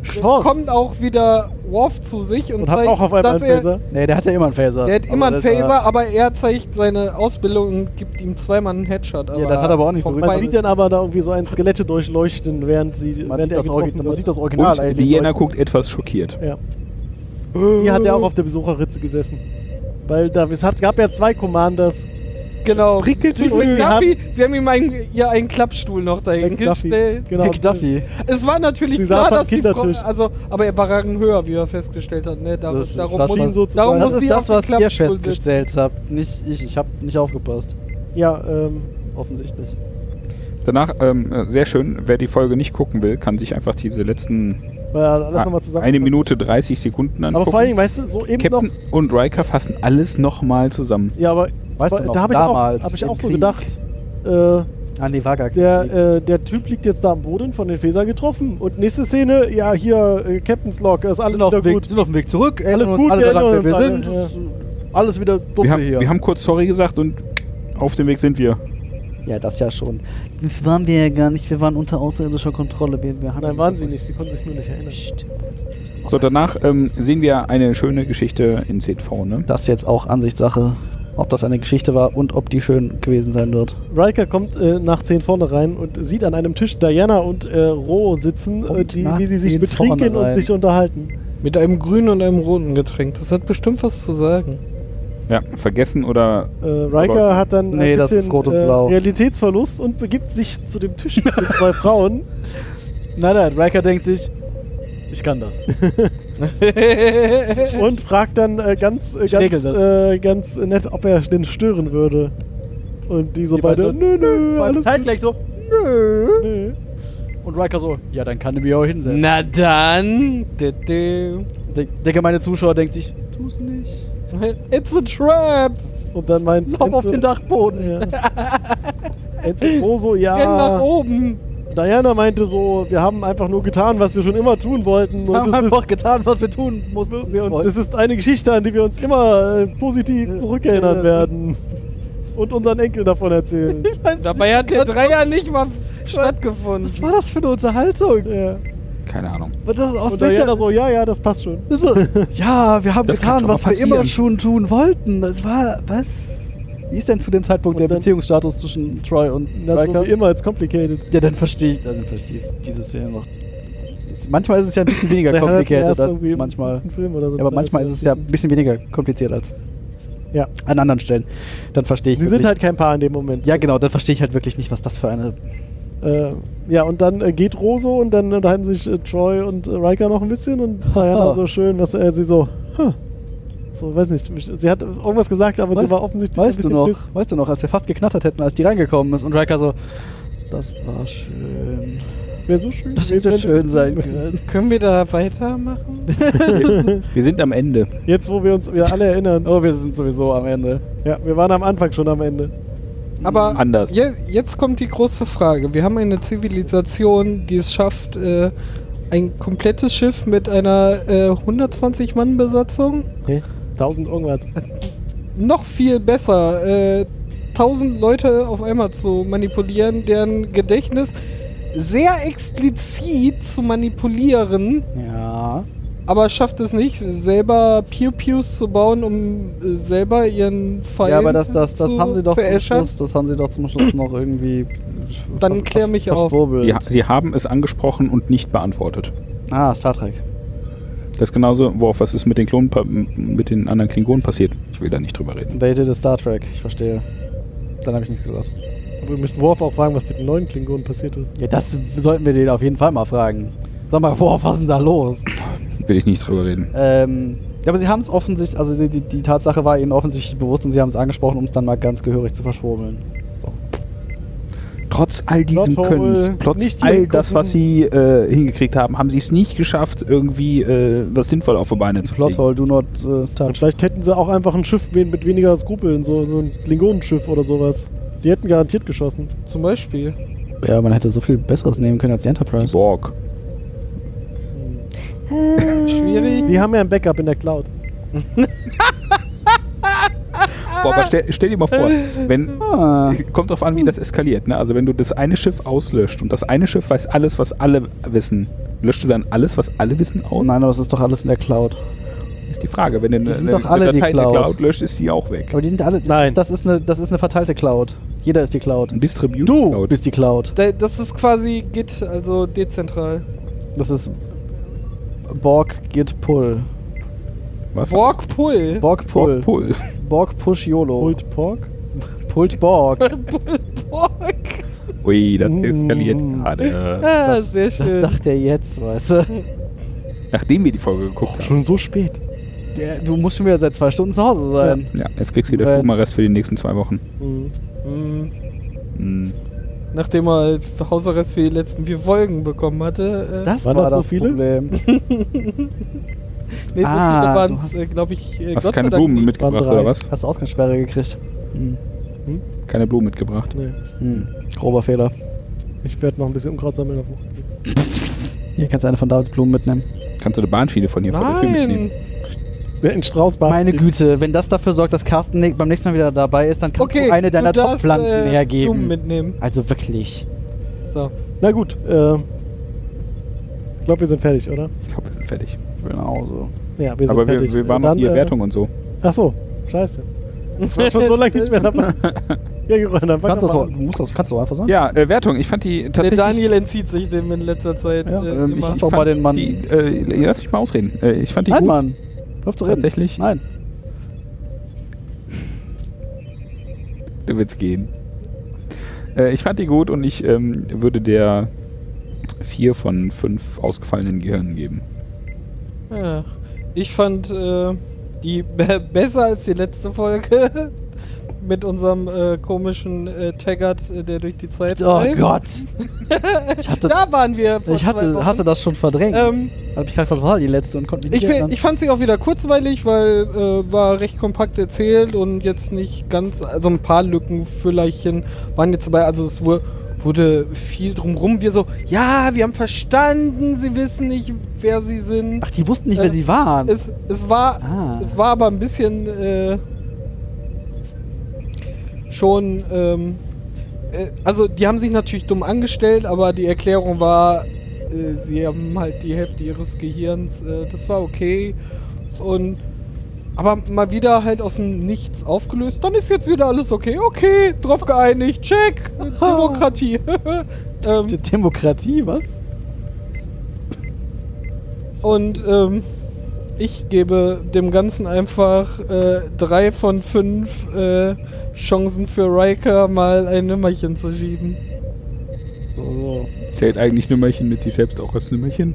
Speaker 2: Schoss.
Speaker 4: kommt auch wieder Worf zu sich und,
Speaker 1: Und hat
Speaker 4: zeigt,
Speaker 1: auch auf einmal einen
Speaker 4: dass er,
Speaker 1: Phaser.
Speaker 2: Nee, der hat ja immer einen Phaser.
Speaker 4: Der hat
Speaker 2: Aber
Speaker 4: immer einen
Speaker 2: das- äh,
Speaker 4: Phaser, aber er zeigt seine Ausbildung und gibt ihm zweimal einen Headshot. Aber
Speaker 2: das hat aber auch nicht so
Speaker 4: vorbei-
Speaker 2: richtig-
Speaker 1: Man sieht dann aber da irgendwie so ein Skelette durchleuchten, während sie
Speaker 2: Man
Speaker 1: während
Speaker 2: sieht,
Speaker 1: er
Speaker 2: das Origi-
Speaker 1: getroffen
Speaker 2: man
Speaker 1: wird.
Speaker 2: sieht das Original
Speaker 3: Und Diana guckt etwas schockiert.
Speaker 1: Ja. Die hat ja auch auf der Besucherritze gesessen. Weil da, es hat, gab ja zwei Commanders.
Speaker 4: Genau.
Speaker 1: Prickelt
Speaker 4: Rick
Speaker 1: und-
Speaker 4: Duffy, sie haben ihm einen, ja, einen Klappstuhl noch dahin
Speaker 1: Rick Duffy.
Speaker 4: gestellt.
Speaker 1: Genau.
Speaker 2: Dick Duffy.
Speaker 4: Es war natürlich
Speaker 1: Sie saß
Speaker 4: klar,
Speaker 1: am
Speaker 4: dass die Frau,
Speaker 1: Kindertisch.
Speaker 4: also, aber er war Rang höher, wie wir festgestellt haben. Ne? Darum,
Speaker 2: Das ist
Speaker 4: darum
Speaker 2: das,
Speaker 4: muss,
Speaker 2: was-
Speaker 1: sozusagen-
Speaker 4: darum
Speaker 2: Das
Speaker 4: muss
Speaker 2: ist
Speaker 4: die
Speaker 2: das,
Speaker 4: auf
Speaker 2: was
Speaker 4: den
Speaker 2: ihr
Speaker 4: Klappstuhl sitzen.
Speaker 2: festgestellt habt. Nicht ich. Ich hab nicht aufgepasst.
Speaker 1: Ja, ähm,
Speaker 2: Offensichtlich.
Speaker 3: Danach, ähm, äh, sehr schön, wer die Folge nicht gucken will, kann sich einfach diese letzten
Speaker 1: weil, lass
Speaker 3: ah,
Speaker 1: nochmal zusammen.
Speaker 3: eine Minute 30 Sekunden angucken.
Speaker 1: Aber vor allen Dingen, weißt du, so eben
Speaker 3: Captain
Speaker 1: noch.
Speaker 3: und Riker fassen alles nochmal zusammen.
Speaker 1: Ja, aber
Speaker 2: Weißt du
Speaker 1: aber
Speaker 2: noch,
Speaker 1: da habe ich
Speaker 2: damals
Speaker 1: auch, hab ich
Speaker 2: im
Speaker 1: auch so
Speaker 2: Krieg?
Speaker 1: gedacht, äh,
Speaker 2: Ah, nee, war gar kein.
Speaker 1: der, äh, der Typ liegt jetzt da am Boden von den Phasern getroffen. Und nächste Szene, ja, hier, äh, Captain's Log, ist alles
Speaker 2: sind, auf
Speaker 1: wieder
Speaker 2: dem Weg,
Speaker 1: gut.
Speaker 2: sind auf dem Weg zurück.
Speaker 1: Alles
Speaker 2: erinnern uns
Speaker 1: gut,
Speaker 2: alle
Speaker 1: wir
Speaker 2: daran, wer
Speaker 1: erinnern
Speaker 2: wir sind.
Speaker 1: uns alle,
Speaker 2: ist Alles wieder
Speaker 3: Wir
Speaker 2: dunkel
Speaker 3: haben,
Speaker 2: hier.
Speaker 3: wir haben kurz sorry gesagt und auf dem Weg sind wir.
Speaker 2: Ja, das ja schon. Das waren wir ja gar nicht. Wir waren unter außerirdischer Kontrolle. Wir, wir haben
Speaker 1: Nein, waren sie nicht, sie konnten sich nur nicht erinnern.
Speaker 3: So, danach ähm, sehen wir eine schöne Geschichte in ZV, ne?
Speaker 2: Das ist jetzt auch Ansichtssache, ob das eine Geschichte war und ob die schön gewesen sein wird.
Speaker 1: Riker kommt äh, nach 10 vorne rein und sieht an einem Tisch Diana und äh, Ro sitzen, äh,
Speaker 2: Kommt
Speaker 1: die,
Speaker 2: nach
Speaker 1: wie sie sich
Speaker 2: 10
Speaker 1: betrinken
Speaker 2: vorne
Speaker 1: und
Speaker 2: rein.
Speaker 1: sich unterhalten.
Speaker 4: Mit einem grünen und einem roten Getränk. Das hat bestimmt was zu sagen.
Speaker 3: Ja, vergessen oder
Speaker 1: Äh, Riker hat dann
Speaker 2: Nee,
Speaker 1: ein
Speaker 2: das
Speaker 1: bisschen äh,
Speaker 2: ist rot und blau.
Speaker 1: Realitätsverlust und begibt sich zu dem Tisch mit den zwei Frauen.
Speaker 2: Nein, nein, Riker denkt sich, ich kann das.
Speaker 1: und fragt dann äh, ganz, äh,
Speaker 2: Ich regel
Speaker 1: ganz,
Speaker 2: das.
Speaker 1: äh, ganz nett, ob er den stören würde. Und die so
Speaker 2: Die
Speaker 1: beide,
Speaker 2: beiden
Speaker 1: nö, nö,
Speaker 2: Und
Speaker 1: alles
Speaker 2: zeitgleich so,
Speaker 1: gut, nö.
Speaker 2: und Riker so, ja, dann kann ich mich auch hinsetzen.
Speaker 4: Na dann. Du, du.
Speaker 2: Der Denke, meine Zuschauer denkt sich, tu's nicht.
Speaker 4: It's a trap.
Speaker 1: Und dann meint
Speaker 2: Lauf auf den Dachboden.
Speaker 1: Ja. Enzo Ro so, ja.
Speaker 4: Renn nach oben.
Speaker 1: Diana meinte so, wir haben einfach nur getan, was wir schon immer tun wollten.
Speaker 2: Wir haben
Speaker 1: Und es
Speaker 2: einfach
Speaker 1: ist,
Speaker 2: getan, was wir tun mussten.
Speaker 1: ja, und es ist eine Geschichte, an die wir uns immer äh, positiv zurückerinnern werden. Und unseren Enkel davon erzählen.
Speaker 4: Dabei hat der Dreier nicht mal stattgefunden.
Speaker 2: was war das für eine Unterhaltung?
Speaker 1: ja.
Speaker 3: Keine Ahnung.
Speaker 2: Und das ist aus
Speaker 1: Und Diana
Speaker 2: welcher...
Speaker 1: so, ja, ja, das passt schon.
Speaker 2: Das ist so, ja, wir haben
Speaker 3: Das kann
Speaker 2: getan,
Speaker 3: schon mal
Speaker 2: was wir immer
Speaker 3: passieren.
Speaker 2: schon tun wollten. Das war... Was? Wie ist denn zu dem Zeitpunkt
Speaker 1: Und
Speaker 2: der
Speaker 1: dann-
Speaker 2: Beziehungsstatus zwischen Troy und
Speaker 1: Das
Speaker 2: Riker?
Speaker 1: so wie immer, it's complicated.
Speaker 2: Ja, dann verstehe ich, dann verstehe ich diese Szene noch. Manchmal ist es ja ein bisschen weniger
Speaker 1: Der hat
Speaker 2: kompliziert
Speaker 1: erst
Speaker 2: als
Speaker 1: irgendwie im
Speaker 2: manchmal.
Speaker 1: fünften Film oder so.
Speaker 2: Ja, aber manchmal ist es ja ein bisschen weniger kompliziert als
Speaker 1: Ja.
Speaker 2: an anderen Stellen. Dann verstehe ich.
Speaker 1: Sie sind
Speaker 2: wirklich-
Speaker 1: halt kein Paar in dem Moment.
Speaker 2: ja, genau, dann verstehe ich halt wirklich nicht, was das für eine.
Speaker 1: Äh, ja, und dann äh, geht Roso und dann unterhalten sich äh, Troy und äh, Riker noch ein bisschen und Diana
Speaker 2: Ah.
Speaker 1: so schön, was äh, sie so, huh. so, weiß nicht, mich- sie hat irgendwas gesagt, aber sie war offensichtlich
Speaker 2: weißt
Speaker 1: ein
Speaker 2: du
Speaker 1: bisschen
Speaker 2: noch,
Speaker 1: piss.
Speaker 2: weißt du noch, als wir fast geknattert hätten, als die reingekommen ist und Riker so, das war schön.
Speaker 1: Es wäre so schön.
Speaker 2: Das
Speaker 1: gewesen,
Speaker 2: hätte
Speaker 1: wenn-
Speaker 2: schön sein können.
Speaker 4: Können wir da weitermachen?
Speaker 3: Wir sind am Ende.
Speaker 1: Jetzt, wo wir uns wieder alle erinnern.
Speaker 2: Oh, wir sind sowieso am Ende.
Speaker 1: Ja, wir waren am Anfang schon am Ende.
Speaker 4: Aber
Speaker 3: Anders.
Speaker 4: Je, jetzt kommt die große Frage. Wir haben eine Zivilisation, die es schafft, äh, ein komplettes Schiff mit einer äh, 120-Mann-Besatzung
Speaker 1: Hä? 1000 irgendwas.
Speaker 4: noch viel besser, äh, 1000 Leute auf einmal zu manipulieren, deren Gedächtnis sehr explizit zu manipulieren,
Speaker 2: Ja.
Speaker 4: aber schafft es nicht, selber Pew-Pews zu bauen, um äh, selber ihren Fall
Speaker 2: Ja, aber das, das, das
Speaker 4: zu
Speaker 2: haben sie doch zum
Speaker 4: veräschern.
Speaker 2: Schluss, das haben sie doch zum Schluss noch irgendwie.
Speaker 4: Dann klär mich auf.
Speaker 2: verschwurbelt.
Speaker 3: Sie, ha- sie haben es angesprochen und nicht beantwortet.
Speaker 2: Ah, Star Trek.
Speaker 3: Das ist genauso, worauf was ist mit den Klonen, pa- mit den anderen Klingonen passiert. Ich will da nicht drüber reden.
Speaker 2: They did a Star Trek, ich verstehe. Dann habe ich nichts gesagt.
Speaker 1: Aber wir müssen Worf auch fragen, was mit den neuen Klingonen passiert ist.
Speaker 2: Ja, das sollten wir den auf jeden Fall mal fragen. Sag mal, boah, was ist denn da los?
Speaker 3: Will ich nicht drüber reden.
Speaker 2: Ähm, ja, aber sie haben es offensichtlich, also die, die, die Tatsache war ihnen offensichtlich bewusst und sie haben es angesprochen, um es dann mal ganz gehörig zu verschwurbeln. So.
Speaker 3: Trotz all diesem
Speaker 1: Plothole,
Speaker 3: Könnens,
Speaker 1: nicht
Speaker 3: trotz all
Speaker 1: hingucken.
Speaker 3: das, was sie äh, hingekriegt haben, haben sie es nicht geschafft, irgendwie äh, was sinnvoll auf die Beine zu kriegen.
Speaker 2: Plothole, do not äh,
Speaker 1: Und
Speaker 2: touch.
Speaker 1: vielleicht hätten sie auch einfach ein Schiff mit mit weniger Skrupeln, so, so ein Klingonenschiff oder sowas. Die hätten garantiert geschossen.
Speaker 4: Zum Beispiel.
Speaker 2: Ja, man hätte so viel Besseres nehmen können als die
Speaker 3: Die
Speaker 2: Enterprise.
Speaker 3: Borg.
Speaker 4: Schwierig.
Speaker 1: Die haben ja ein Backup in der Cloud.
Speaker 3: Boah, aber stell, stell dir mal vor, wenn.
Speaker 2: Ah,
Speaker 3: Kommt drauf an, wie das eskaliert. Ne? Also, wenn du das eine Schiff auslöscht und das eine Schiff weiß alles, was alle wissen, löscht du dann alles, was alle wissen, aus?
Speaker 2: nein, aber es ist doch alles in der Cloud.
Speaker 3: Ist die Frage. Wenn du eine,
Speaker 2: sind
Speaker 3: eine,
Speaker 2: doch alle die
Speaker 3: Datei in der
Speaker 2: Cloud.
Speaker 3: Cloud löscht, ist die auch weg.
Speaker 2: Aber die sind alle.
Speaker 1: Nein.
Speaker 2: Das ist eine, das ist eine verteilte Cloud. Jeder ist die Cloud.
Speaker 3: Ein Distribution
Speaker 2: Du
Speaker 3: Cloud.
Speaker 2: bist die Cloud.
Speaker 4: Da- Das ist quasi Git, also dezentral.
Speaker 2: Das ist Borg Git Pull.
Speaker 3: was?
Speaker 4: Borg Pull.
Speaker 2: Borg Pull.
Speaker 3: Borg Pull.
Speaker 2: Borg Push YOLO.
Speaker 1: Old Pork?
Speaker 2: Pult Borg.
Speaker 4: Borg.
Speaker 3: Ui, das
Speaker 1: Mm.
Speaker 3: eskaliert gerade.
Speaker 4: Ah, sehr schön.
Speaker 2: Das sagt er jetzt, weißt du.
Speaker 3: Nachdem wir die Folge geguckt haben.
Speaker 1: Schon so spät.
Speaker 2: Der, du musst schon wieder seit zwei Stunden zu Hause sein.
Speaker 3: Ja, jetzt kriegst du wieder
Speaker 2: Weil-
Speaker 3: Schumarest für die nächsten zwei Wochen.
Speaker 1: Mhm.
Speaker 4: Hm,
Speaker 3: Mm.
Speaker 4: Nachdem er halt Hausarrest für die letzten vier Folgen bekommen hatte. Äh,
Speaker 2: Das
Speaker 1: Waren
Speaker 2: war
Speaker 1: das
Speaker 2: das,
Speaker 1: so viele?
Speaker 2: Problem.
Speaker 4: Nee, so viele
Speaker 2: Ah, du
Speaker 4: waren
Speaker 2: hast-
Speaker 4: es, äh, glaube ich, äh,
Speaker 3: Hast du
Speaker 4: Gott
Speaker 3: keine
Speaker 4: sei Dank
Speaker 3: Blumen
Speaker 4: nicht.
Speaker 3: mitgebracht
Speaker 1: Waren drei.
Speaker 3: oder was?
Speaker 2: Hast Ausgangssperre gekriegt. Hm.
Speaker 3: Keine Blumen mitgebracht.
Speaker 1: Nee.
Speaker 2: Hm. Grober Fehler.
Speaker 1: Ich werde noch ein bisschen Unkraut sammeln. Auf dem Hof.
Speaker 2: Hier kannst du eine von Davids Blumen mitnehmen.
Speaker 3: Kannst du eine Bahnschiene von hier vor der Tür mitnehmen?
Speaker 4: Nein!
Speaker 1: Ja, in Straußbach.
Speaker 2: Meine Güte, wenn das dafür sorgt, dass Carsten ne- beim nächsten Mal wieder dabei ist, dann kannst
Speaker 4: Okay,
Speaker 2: du eine deiner
Speaker 4: du darfst,
Speaker 2: Top-Pflanzen
Speaker 4: äh, Blumen
Speaker 2: hergeben.
Speaker 4: mitnehmen.
Speaker 2: Also wirklich.
Speaker 4: So.
Speaker 1: Na gut, äh, ich glaube, wir sind fertig, oder?
Speaker 3: Ich glaube, wir sind fertig.
Speaker 2: Genau so.
Speaker 1: Ja, wir sind
Speaker 3: Aber wir,
Speaker 1: fertig.
Speaker 3: wir waren
Speaker 1: Dann,
Speaker 3: noch hier
Speaker 1: äh,
Speaker 3: Wertung und so.
Speaker 1: Ach so, scheiße. Ich war schon so lange nicht mehr dabei. Ja, Joran, dann fang
Speaker 2: Kannst du
Speaker 1: doch
Speaker 2: so,
Speaker 1: mal an.
Speaker 2: musst das, kannst du einfach sagen.
Speaker 3: Ja, äh, Wertung. Ich fand die
Speaker 4: Der
Speaker 3: tatsächlich.
Speaker 4: Daniel entzieht sich dem in letzter Zeit.
Speaker 2: Ja,
Speaker 4: äh,
Speaker 2: ähm, ich-
Speaker 4: immer.
Speaker 2: Mach doch mal
Speaker 3: fand
Speaker 2: den Mann.
Speaker 3: Die, äh, lass mich mal ausreden. Äh, ich fand die
Speaker 2: Nein,
Speaker 3: gut.
Speaker 2: Mann. Hör auf zu reden.
Speaker 3: Tatsächlich?
Speaker 2: Nein.
Speaker 3: Du willst gehen. Äh, ich fand die gut und ich ähm, würde der vier von fünf ausgefallenen Gehirnen geben.
Speaker 4: Ja. Ich fand äh, die be besser als die letzte Folge. Mit unserem äh, komischen äh, Taggart, äh, der durch die Zeit.
Speaker 2: Oh
Speaker 4: reist.
Speaker 2: Gott. Ich hatte,
Speaker 4: Da waren wir. vor
Speaker 2: ich
Speaker 4: zwei Wochen.
Speaker 2: hatte, hatte das schon verdrängt.
Speaker 4: Ähm,
Speaker 2: Hab ich gerade vertraut, die letzte und konnte mich
Speaker 4: Ich,
Speaker 2: nicht
Speaker 4: fi-
Speaker 2: erinnern.
Speaker 4: ich fand sie auch wieder kurzweilig, weil äh, war recht kompakt erzählt und jetzt nicht ganz, also ein paar Lückenfüllerchen waren jetzt dabei. Also es wurde, wurde viel drumrum. Wir so, ja, wir haben verstanden, sie wissen nicht, wer sie sind.
Speaker 2: Ach, die wussten nicht, wer
Speaker 4: Äh,
Speaker 2: sie waren.
Speaker 4: Es, es, war,
Speaker 2: Ah.
Speaker 4: es war aber ein bisschen äh, schon. Ähm, äh, also, die haben sich natürlich dumm angestellt, aber die Erklärung war, äh, äh, sie haben halt die Hälfte ihres Gehirns. Äh, das war okay. Und aber mal wieder halt aus dem Nichts aufgelöst. Dann ist jetzt wieder alles okay. Okay, drauf geeinigt. Check. Demokratie. ähm,
Speaker 2: D- Demokratie, was?
Speaker 4: und ähm, ich gebe dem Ganzen einfach äh, drei von fünf äh, Chancen für Riker mal ein Nimmerchen zu schieben.
Speaker 2: So.
Speaker 3: Zählt eigentlich Nümmerchen mit sich selbst auch als Nümmerchen?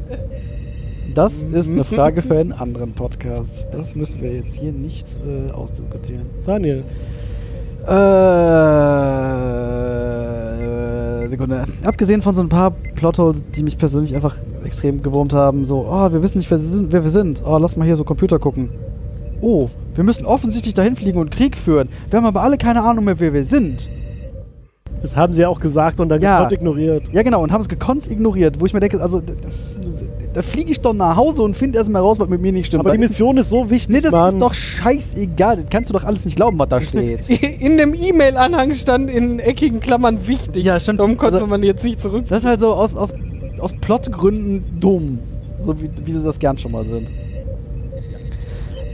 Speaker 2: Das ist eine Frage für einen anderen Podcast. Das müssen wir jetzt hier nicht äh, ausdiskutieren.
Speaker 1: Daniel,
Speaker 2: Äh, Sekunde. Abgesehen von so ein paar Plotholes, die mich persönlich einfach extrem gewurmt haben, so, oh, wir wissen nicht, wer, sie sind, wer wir sind. Oh, lass mal hier so Computer gucken. Oh, wir müssen offensichtlich dahin fliegen und Krieg führen. Wir haben aber alle keine Ahnung mehr, wer wir sind.
Speaker 1: das haben sie ja auch gesagt und dann
Speaker 2: Ja.
Speaker 1: gekonnt ignoriert.
Speaker 2: Ja, genau, und haben es gekonnt ignoriert, wo ich mir denke, also, d- d- da fliege ich doch nach Hause und finde erstmal raus, was mit mir nicht stimmt.
Speaker 1: Aber die
Speaker 2: Weil-
Speaker 1: Mission ist so wichtig,
Speaker 2: Nee, das
Speaker 1: Mann.
Speaker 2: ist doch scheißegal. Das kannst du doch alles nicht glauben, was da steht.
Speaker 4: In dem E-Mail-Anhang stand in eckigen Klammern wichtig.
Speaker 2: Ja, stimmt.
Speaker 4: Darum konnte
Speaker 2: Also-
Speaker 4: man jetzt nicht zurück.
Speaker 2: Das ist halt so aus, aus, aus Plotgründen dumm. So wie, wie sie das gern schon mal sind.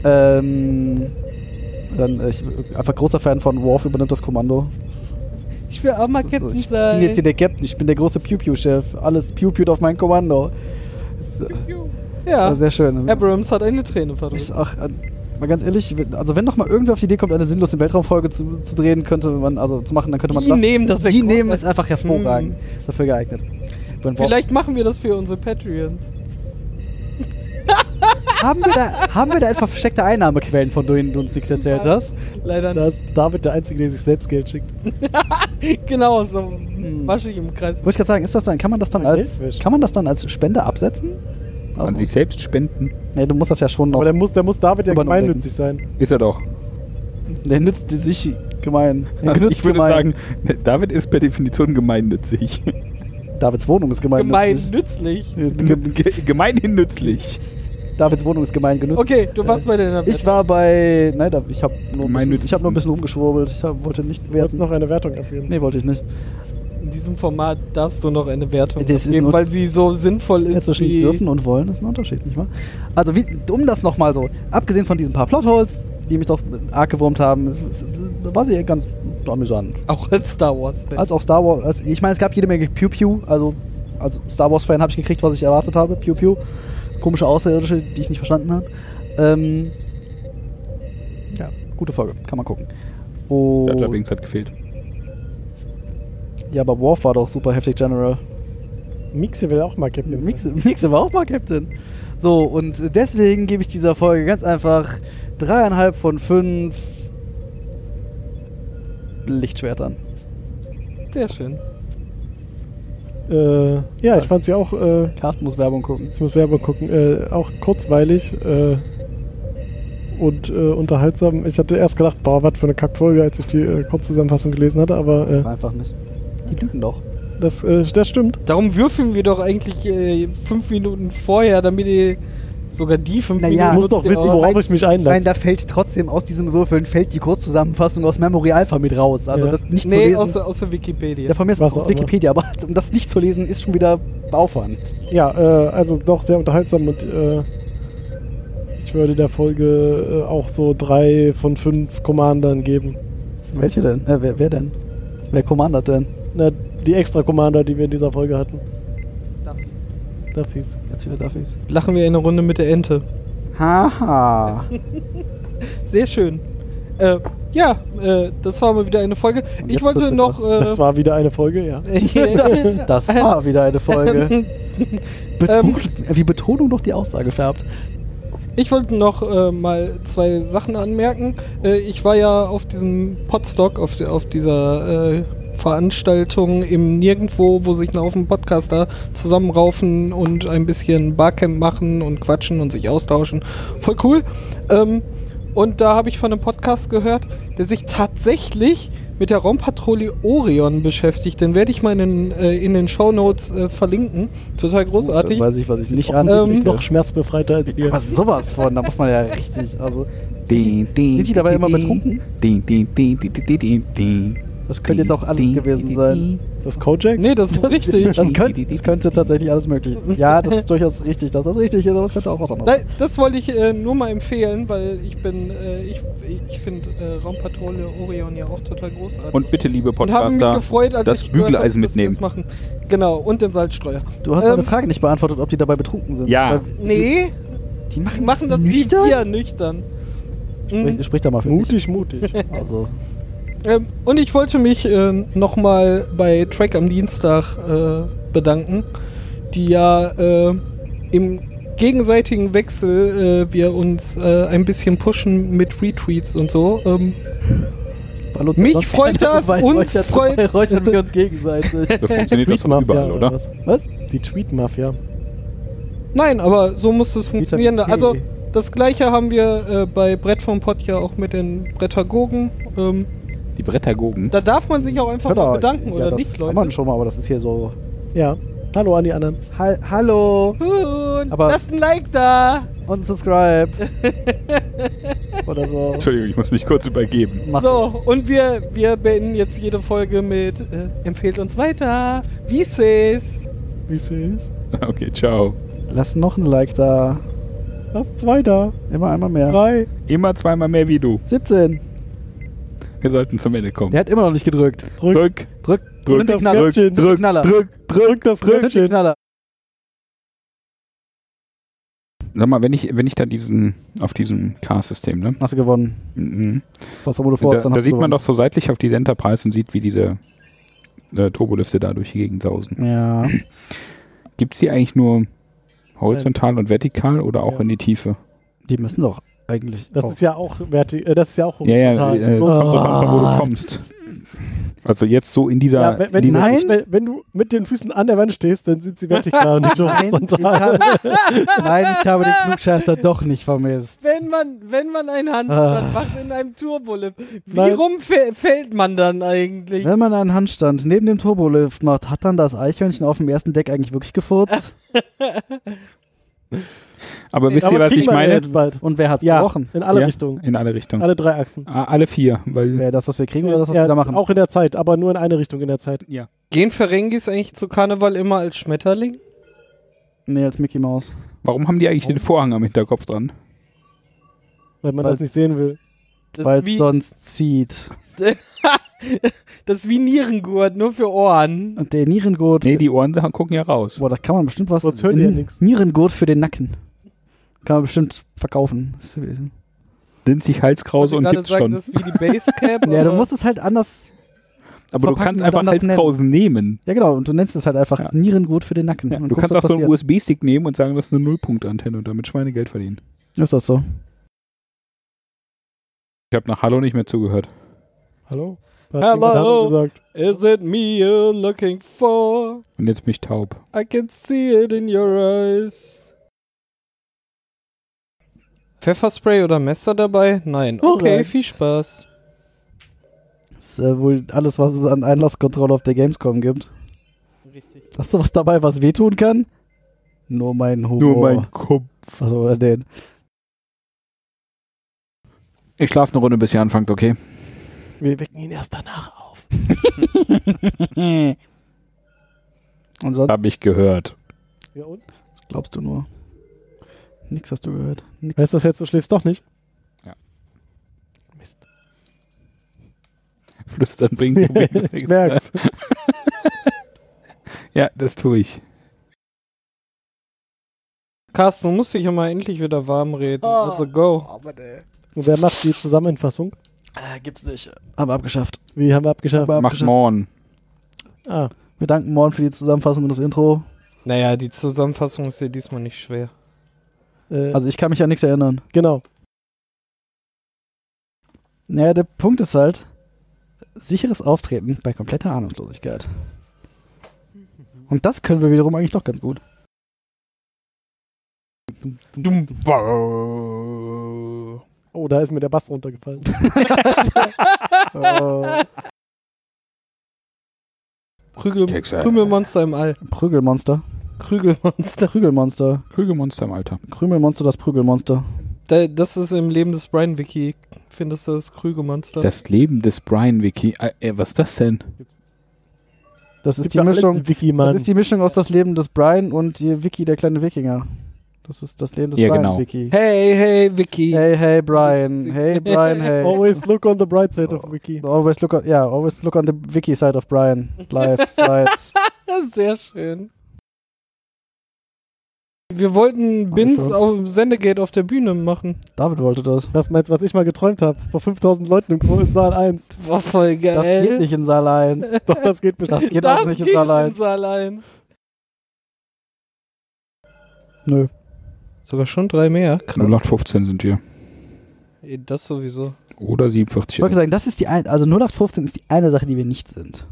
Speaker 2: Ähm. Dann, äh, ich bin einfach großer Fan von Worf übernimmt das Kommando.
Speaker 4: Ich will armer
Speaker 2: Also
Speaker 4: Captain
Speaker 2: ich bin
Speaker 4: sein.
Speaker 2: jetzt hier der Captain, ich bin der große Pew-Pew-Chef. Alles Pew-Pewt auf mein Kommando. Ist, äh,
Speaker 4: ja,
Speaker 2: war sehr schön.
Speaker 4: Abrams hat eine Träne verdrückt.
Speaker 2: Ist auch, äh, mal ganz ehrlich, wenn- also wenn noch mal irgendwer auf die Idee kommt, eine sinnlose Weltraumfolge zu, zu drehen, könnte man, also zu machen, dann könnte man
Speaker 4: Die nehmen das weg. Hm.
Speaker 2: Die nehmen ist einfach hervorragend dafür geeignet. Wenn Worf-
Speaker 4: Vielleicht machen wir das für unsere Patreons.
Speaker 2: haben, wir da, haben wir da etwa versteckte Einnahmequellen, von denen du uns nichts erzählt hast?
Speaker 4: Leider
Speaker 1: Da
Speaker 4: nicht.
Speaker 1: ist David der Einzige, der sich selbst Geld schickt.
Speaker 4: Genau, so
Speaker 2: Hm.
Speaker 4: wasche ich im Kreis.
Speaker 2: Wollte ich gerade sagen, ist das dann, kann man das dann
Speaker 1: Okay.
Speaker 2: als, kann man das dann als Spende absetzen?
Speaker 3: An sich selbst spenden?
Speaker 2: nee, du musst das ja schon noch.
Speaker 1: Aber der muss, der muss David ja
Speaker 2: Aber noch
Speaker 1: gemeinnützig sein.
Speaker 3: Ist er doch.
Speaker 2: Der nützt sich gemein. Der nützt
Speaker 3: Ich würde
Speaker 2: gemein.
Speaker 3: sagen, ne, David ist per Definition gemeinnützig.
Speaker 2: Davids Wohnung ist gemein.
Speaker 4: Gemein, nützlich.
Speaker 3: Ge- Gemeinhin nützlich.
Speaker 2: Davids Wohnung ist gemein genutzt.
Speaker 4: Okay, du warst bei der
Speaker 2: Ich war bei. Nein, da, ich habe nur, ein bisschen-
Speaker 3: Gemeinnützig.
Speaker 2: ich hab nur ein bisschen rumgeschwurbelt. Ich hab, wollte nicht
Speaker 1: Du wolltest
Speaker 2: werten.
Speaker 1: noch eine Wertung abgeben.
Speaker 2: Nee, wollte ich nicht.
Speaker 4: In diesem Format darfst du noch eine Wertung
Speaker 2: Das ist
Speaker 4: geben,
Speaker 2: nur-
Speaker 4: weil sie so sinnvoll ist.
Speaker 2: Jetzt zwischen
Speaker 4: wie-
Speaker 2: dürfen und wollen ist ein Unterschied, nicht wahr? Also, wie, um das nochmal so, abgesehen von diesen paar Plotholes, die mich doch arg gewurmt haben, es- es- war sie ganz amüsant.
Speaker 4: Auch als Star Wars Fan.
Speaker 2: Als auch Star Wars, als, ich meine, es gab jede Menge Pew Pew, also als Star Wars Fan habe ich gekriegt, was ich erwartet habe, Pew Pew. Komische Außerirdische, die ich nicht verstanden habe. Ähm, ja, gute Folge, kann man gucken.
Speaker 3: Oh.
Speaker 2: Und,
Speaker 3: Wings hat gefehlt.
Speaker 2: ja, aber Worf war doch super heftig General.
Speaker 1: Mixe will auch mal Captain.
Speaker 2: Mixe, Mixe war auch mal Captain. So, und deswegen gebe ich dieser Folge ganz einfach dreieinhalb von fünf Lichtschwertern.
Speaker 4: Sehr schön.
Speaker 1: Äh, ja, ich fand sie auch, äh,
Speaker 2: Carsten muss Werbung gucken.
Speaker 1: ich muss Werbung gucken, äh, auch kurzweilig äh, und äh, unterhaltsam. Ich hatte erst gedacht, boah, was für eine Kackfolge, als ich die äh, Kurzzusammenfassung gelesen hatte, aber äh,
Speaker 2: Einfach nicht. Die lügen doch.
Speaker 1: das, äh, das stimmt.
Speaker 4: Darum würfeln wir doch eigentlich äh, fünf Minuten vorher, damit ihr sogar die fünf
Speaker 2: Na
Speaker 4: Minuten.
Speaker 2: ja,
Speaker 1: Du musst doch wissen,
Speaker 4: aber-
Speaker 1: worauf ich mich
Speaker 2: Nein,
Speaker 1: einlasse.
Speaker 2: da fällt trotzdem aus diesem Würfeln fällt die Kurzzusammenfassung aus Memory Alpha mit raus. Also
Speaker 1: Ja.
Speaker 2: das nicht zu
Speaker 4: Nee,
Speaker 2: lesen.
Speaker 4: aus, der- aus der Wikipedia.
Speaker 2: ja, von mir ist
Speaker 1: Was
Speaker 2: es aus
Speaker 1: auch immer.
Speaker 2: Wikipedia, aber um das nicht zu lesen, ist schon wieder Aufwand.
Speaker 1: Ja, äh, also doch sehr unterhaltsam und äh, ich würde der Folge äh, auch so drei von fünf Commandern geben.
Speaker 2: Welche denn? Äh, wer, wer denn? Wer Commander denn?
Speaker 1: Na, die extra Commander, die wir in dieser Folge hatten. Da fies.
Speaker 2: Ganz viele Duffys.
Speaker 4: Lachen wir eine Runde mit der Ente.
Speaker 2: Haha.
Speaker 4: Sehr schön. Äh, ja, äh, das war mal wieder eine Folge.
Speaker 2: Und
Speaker 4: Ich
Speaker 2: jetzt
Speaker 4: wollte
Speaker 2: wird
Speaker 4: noch. Äh,
Speaker 1: Das war wieder eine Folge, ja.
Speaker 2: Das war wieder eine
Speaker 4: Ähm,
Speaker 2: Folge. Beton, wie Betonung doch die Aussage färbt.
Speaker 4: Ich wollte noch äh, mal zwei Sachen anmerken. Äh, ich war ja auf diesem Podstock, auf, auf dieser äh, Veranstaltung im Nirgendwo, wo sich ein Haufen Podcaster zusammenraufen und ein bisschen Barcamp machen und quatschen und sich austauschen. Voll cool. Ähm, und da habe ich von einem Podcast gehört, der sich tatsächlich mit der Raumpatrouille Orion beschäftigt. Den werde ich mal in, den, äh, in den Shownotes äh, verlinken. Total großartig.
Speaker 2: Da weiß ich, was ich nicht an.
Speaker 1: Offensichtlich
Speaker 4: Ähm,
Speaker 1: noch schmerzbefreiter als ihr.
Speaker 2: aber sowas von, da muss man ja richtig, also
Speaker 3: Sind
Speaker 2: die dabei immer betrunken?
Speaker 3: Ding, ding, ding, ding, ding, ding, ding.
Speaker 2: Das könnte jetzt auch alles gewesen sein.
Speaker 1: Ist das Kojak?
Speaker 4: Nee, das ist richtig.
Speaker 2: Das könnte, das könnte tatsächlich alles möglich. Ja, das ist durchaus richtig, dass das richtig ist, aber es könnte auch was anderes
Speaker 4: Nein, Das wollte ich äh, nur mal empfehlen, weil ich bin, äh, ich, ich finde äh, Raumpatrouille Orion ja auch total großartig.
Speaker 3: Und bitte, liebe
Speaker 4: Und habe mich
Speaker 3: Podcaster,
Speaker 4: gefreut, als
Speaker 3: das
Speaker 4: ich gehört habe,
Speaker 3: Bügeleisen
Speaker 4: dass die
Speaker 3: mitnehmen.
Speaker 4: Das machen. Genau, und den Salzstreuer.
Speaker 2: Du hast meine
Speaker 4: Ähm,
Speaker 2: Frage nicht beantwortet, ob die dabei betrunken sind.
Speaker 3: Ja.
Speaker 2: Weil
Speaker 4: Nee,
Speaker 2: Die
Speaker 4: die
Speaker 2: machen,
Speaker 4: machen das wie
Speaker 2: nüchtern?
Speaker 4: wir nüchtern. Mhm.
Speaker 2: Sprich, sprich da mal für
Speaker 1: Mutig, mutig.
Speaker 2: mich. Also,
Speaker 4: Ähm, und ich wollte mich äh, nochmal bei Track am Dienstag äh, bedanken, die ja äh, im gegenseitigen Wechsel äh, wir uns äh, ein bisschen pushen mit Retweets und so. Ähm,
Speaker 2: weil uns
Speaker 4: Mich
Speaker 2: sonst-
Speaker 4: freut das,
Speaker 2: weil
Speaker 4: uns
Speaker 2: räuchert-
Speaker 4: freut-
Speaker 2: weil räuchern wir uns gegenseitig.
Speaker 3: da funktioniert das doch überall,
Speaker 1: oder
Speaker 3: oder?
Speaker 1: was?
Speaker 2: Was?
Speaker 1: Die Tweet-Mafia.
Speaker 4: nein, aber so muss es funktionieren.
Speaker 1: Vitamin P.
Speaker 4: Also das gleiche haben wir äh, bei Brett vom Pott ja auch mit den Brettagogen. Ähm,
Speaker 3: Die Brettagogen.
Speaker 4: da darf man sich auch einfach mal bedanken,
Speaker 2: Genau. ja,
Speaker 4: oder
Speaker 2: das
Speaker 4: nicht,
Speaker 2: Kann
Speaker 4: Leute?
Speaker 2: man schon mal, aber das ist hier so.
Speaker 1: Ja. Hallo an die anderen.
Speaker 2: Hall- Hallo
Speaker 4: Und
Speaker 2: Aber-
Speaker 4: lasst ein Like da!
Speaker 2: und subscribe. oder so.
Speaker 3: Entschuldigung, ich muss mich kurz übergeben.
Speaker 2: Mach
Speaker 4: So, und wir, wir beenden jetzt jede Folge mit äh, Empfehlt uns weiter. Wie seh's?
Speaker 1: Wie süß.
Speaker 3: Okay, ciao.
Speaker 2: Lass noch ein Like da.
Speaker 1: Lass zwei da.
Speaker 2: Immer einmal mehr.
Speaker 1: Drei.
Speaker 3: Immer zweimal mehr wie du.
Speaker 2: 17.
Speaker 3: Wir sollten zum Ende kommen.
Speaker 2: Der hat immer noch nicht gedrückt.
Speaker 1: Drück.
Speaker 3: Drück,
Speaker 2: Drück,
Speaker 3: drück,
Speaker 2: die
Speaker 1: das
Speaker 2: Knaller.
Speaker 1: Knöpfchen.
Speaker 2: Drück die Knaller.
Speaker 3: drück.
Speaker 1: Drück das
Speaker 2: Drück die
Speaker 1: Röckchen.
Speaker 2: Knaller.
Speaker 3: Sag mal, wenn ich, wenn ich da diesen, auf diesem Car-System, ne?
Speaker 2: Hast du gewonnen.
Speaker 3: Mhm.
Speaker 2: Was wurde vor?
Speaker 3: Da, da sieht man doch so seitlich auf die Enterprise und sieht, wie diese äh, Turbolifte da durch die Gegend sausen.
Speaker 2: Ja.
Speaker 3: Gibt es die eigentlich nur horizontal und vertikal oder auch
Speaker 1: Ja.
Speaker 3: in die Tiefe?
Speaker 2: Die müssen doch eigentlich.
Speaker 1: Das
Speaker 2: auch-
Speaker 1: ist ja auch verti äh, das ist ja auch
Speaker 3: Oh. Ja, ja,
Speaker 1: horizontal.
Speaker 3: äh, kommt drauf an, von wo du kommst. Also jetzt so in dieser.
Speaker 1: Ah. Ja, wenn, wenn,
Speaker 3: in dieser
Speaker 1: nein. Wenn, wenn du mit den Füßen an der Wand stehst, dann sind sie vertikal und nicht
Speaker 2: Nein, ich
Speaker 1: horizontal.
Speaker 2: habe, nein, ich habe den Klugscheißer doch nicht vermisst.
Speaker 4: Wenn man, wenn man einen
Speaker 2: Ah.
Speaker 4: Handstand macht in einem Turbolip, wie
Speaker 1: Nein.
Speaker 4: rum fä- fällt man dann eigentlich?
Speaker 2: Wenn man einen Handstand neben dem Turbolift macht, hat dann das Eichhörnchen auf dem ersten Deck eigentlich wirklich gefurzt?
Speaker 3: Aber wisst ihr,
Speaker 1: Aber
Speaker 3: was
Speaker 1: kriegen
Speaker 3: ich
Speaker 1: wir
Speaker 3: meine?
Speaker 1: jetzt Bald.
Speaker 2: Und wer hat's
Speaker 1: Ja,
Speaker 2: gerochen?
Speaker 1: in alle
Speaker 3: Ja,
Speaker 1: Richtungen.
Speaker 3: In alle Richtungen. Alle,
Speaker 1: Alle drei Achsen.
Speaker 3: alle vier. Weil,
Speaker 2: Wer das, was wir kriegen oder das, was
Speaker 1: Ja,
Speaker 2: wir da machen?
Speaker 1: Auch in der Zeit, aber nur in eine Richtung in der Zeit.
Speaker 4: Gehen Ferengis eigentlich zu Karneval immer als Schmetterling?
Speaker 2: Nee, als Mickey Mouse.
Speaker 3: warum haben die eigentlich den Vorhang am Hinterkopf dran?
Speaker 1: Weil man
Speaker 2: Weil's-
Speaker 1: das nicht sehen will.
Speaker 4: Das
Speaker 2: Weil
Speaker 4: ist
Speaker 2: es
Speaker 4: wie,
Speaker 2: sonst zieht.
Speaker 4: das ist wie Nierengurt, nur für Ohren.
Speaker 2: Und der Nierengurt.
Speaker 3: Nee, die Ohren sagen- gucken ja raus.
Speaker 2: Boah, da kann man bestimmt was.
Speaker 1: Sonst hören die ja
Speaker 2: N-
Speaker 1: nix.
Speaker 2: Nierengurt für den Nacken. Kann man bestimmt verkaufen. Das ist-
Speaker 3: Linzig Halskrause
Speaker 4: Ich
Speaker 3: und
Speaker 4: wollte
Speaker 3: gibt's
Speaker 4: sagen,
Speaker 3: schon.
Speaker 4: das ist wie die Basecap.
Speaker 2: Ja, du
Speaker 4: aber-
Speaker 2: musst es halt anders.
Speaker 3: Aber du
Speaker 2: verpacken
Speaker 3: kannst
Speaker 2: und
Speaker 3: einfach
Speaker 2: anders nennen.
Speaker 3: Halskrausen nehmen.
Speaker 2: Ja, genau. Und du nennst es halt einfach
Speaker 3: Ja.
Speaker 2: Nierengurt für den Nacken.
Speaker 3: Ja,
Speaker 2: Und
Speaker 3: du
Speaker 2: guckst,
Speaker 3: kannst
Speaker 2: Mhm. was
Speaker 3: auch so einen
Speaker 2: passiert.
Speaker 3: USB-Stick nehmen und sagen, das ist eine Nullpunktantenne und damit Schweinegeld verdienen.
Speaker 2: Ist das so?
Speaker 3: Ich habe nach Hallo nicht mehr zugehört.
Speaker 1: Hallo?
Speaker 4: Hello.
Speaker 1: Gesagt.
Speaker 4: Is it me you're looking for?
Speaker 3: Und jetzt bin ich taub.
Speaker 4: I can see it in your eyes. Pfefferspray oder Messer dabei? Nein. Okay,
Speaker 2: Hurra.
Speaker 4: viel Spaß.
Speaker 2: Ist äh, wohl alles, was es an Einlasskontrolle auf der Gamescom gibt.
Speaker 4: Richtig.
Speaker 2: Hast du was dabei, was wehtun kann? Nur mein Humor.
Speaker 3: Nur mein Kopf.
Speaker 2: Also oder den.
Speaker 3: Ich schlafe eine Runde, bis ihr anfangt, okay?
Speaker 1: Wir wecken ihn erst danach auf.
Speaker 2: Äh. Und sonst
Speaker 3: Hab ich gehört.
Speaker 1: Ja, und?
Speaker 2: glaubst du nur. Nix hast du gehört. Nix.
Speaker 1: Weißt du das jetzt, du schläfst doch nicht?
Speaker 3: Flüstern bringt
Speaker 1: ich merk's.
Speaker 3: Ja, das tue ich.
Speaker 4: Carsten, du musst dich ja mal endlich wieder warm reden. Also go.
Speaker 2: Aber der
Speaker 1: Und wer macht die Zusammenfassung?
Speaker 2: äh, gibt's nicht. Aber abgeschafft.
Speaker 1: Wie haben wir abgeschafft?
Speaker 2: Aber
Speaker 3: Mach
Speaker 2: abgeschafft.
Speaker 3: morgen.
Speaker 1: Ah,
Speaker 2: Wir danken Morn für die Zusammenfassung und das Intro.
Speaker 4: Naja, die Zusammenfassung ist dir diesmal nicht schwer.
Speaker 1: äh,
Speaker 2: Also ich kann mich an nichts erinnern.
Speaker 1: genau.
Speaker 2: Naja, der Punkt ist halt, sicheres Auftreten bei kompletter Ahnungslosigkeit. Und das können wir wiederum eigentlich doch ganz gut.
Speaker 4: Dumm.
Speaker 1: Oh, da ist mir der Bass runtergefallen.
Speaker 2: Äh,
Speaker 4: Krügel,
Speaker 3: Kekse.
Speaker 4: Krümelmonster im All.
Speaker 2: Prügelmonster.
Speaker 4: Krügelmonster.
Speaker 2: Prügelmonster.
Speaker 3: Krügelmonster im Alter.
Speaker 2: Krümelmonster, das Prügelmonster.
Speaker 4: Da, das ist im Leben des Brian Wiki, findest du das Krügemonster.
Speaker 3: Das Leben des Brian Wiki. Äh, äh, was ist das denn?
Speaker 2: Das ist
Speaker 1: Gibt
Speaker 2: die
Speaker 1: ja alle
Speaker 2: Mischung.
Speaker 1: Wiki, Mann.
Speaker 2: Das ist die Mischung aus das Leben des Brian und die Wiki, der kleine Wikinger. Das ist das Leben des
Speaker 3: Ja,
Speaker 2: Brian
Speaker 3: genau.
Speaker 2: Wiki.
Speaker 4: hey, hey, Wiki.
Speaker 2: Hey, hey, Brian. Hey, Brian, hey.
Speaker 1: Always Oh, look on the bright side of Wiki.
Speaker 2: Always look on, yeah, always look on the wiki side of Brian. Live side.
Speaker 4: Sehr schön. Wir wollten Bins
Speaker 2: Also.
Speaker 4: auf dem Sendegate auf der Bühne machen.
Speaker 2: David wollte das.
Speaker 1: Das meinst du, was ich mal geträumt habe? Vor 5000 Leuten im Klo- im Saal 1.
Speaker 4: War voll geil.
Speaker 2: Das geht nicht in Saal 1.
Speaker 1: Doch, das geht mit.
Speaker 2: Das geht
Speaker 4: Das
Speaker 2: auch nicht in
Speaker 4: geht
Speaker 2: Saal 1.
Speaker 4: Saal 1.
Speaker 2: Nö.
Speaker 4: Sogar schon drei mehr. Krass.
Speaker 3: 0815 sind wir.
Speaker 4: Ey, Das sowieso.
Speaker 3: Oder
Speaker 2: Ich wollte
Speaker 3: 47.
Speaker 2: sagen, das ist die ein, also 0815 ist die eine Sache, die wir nicht sind.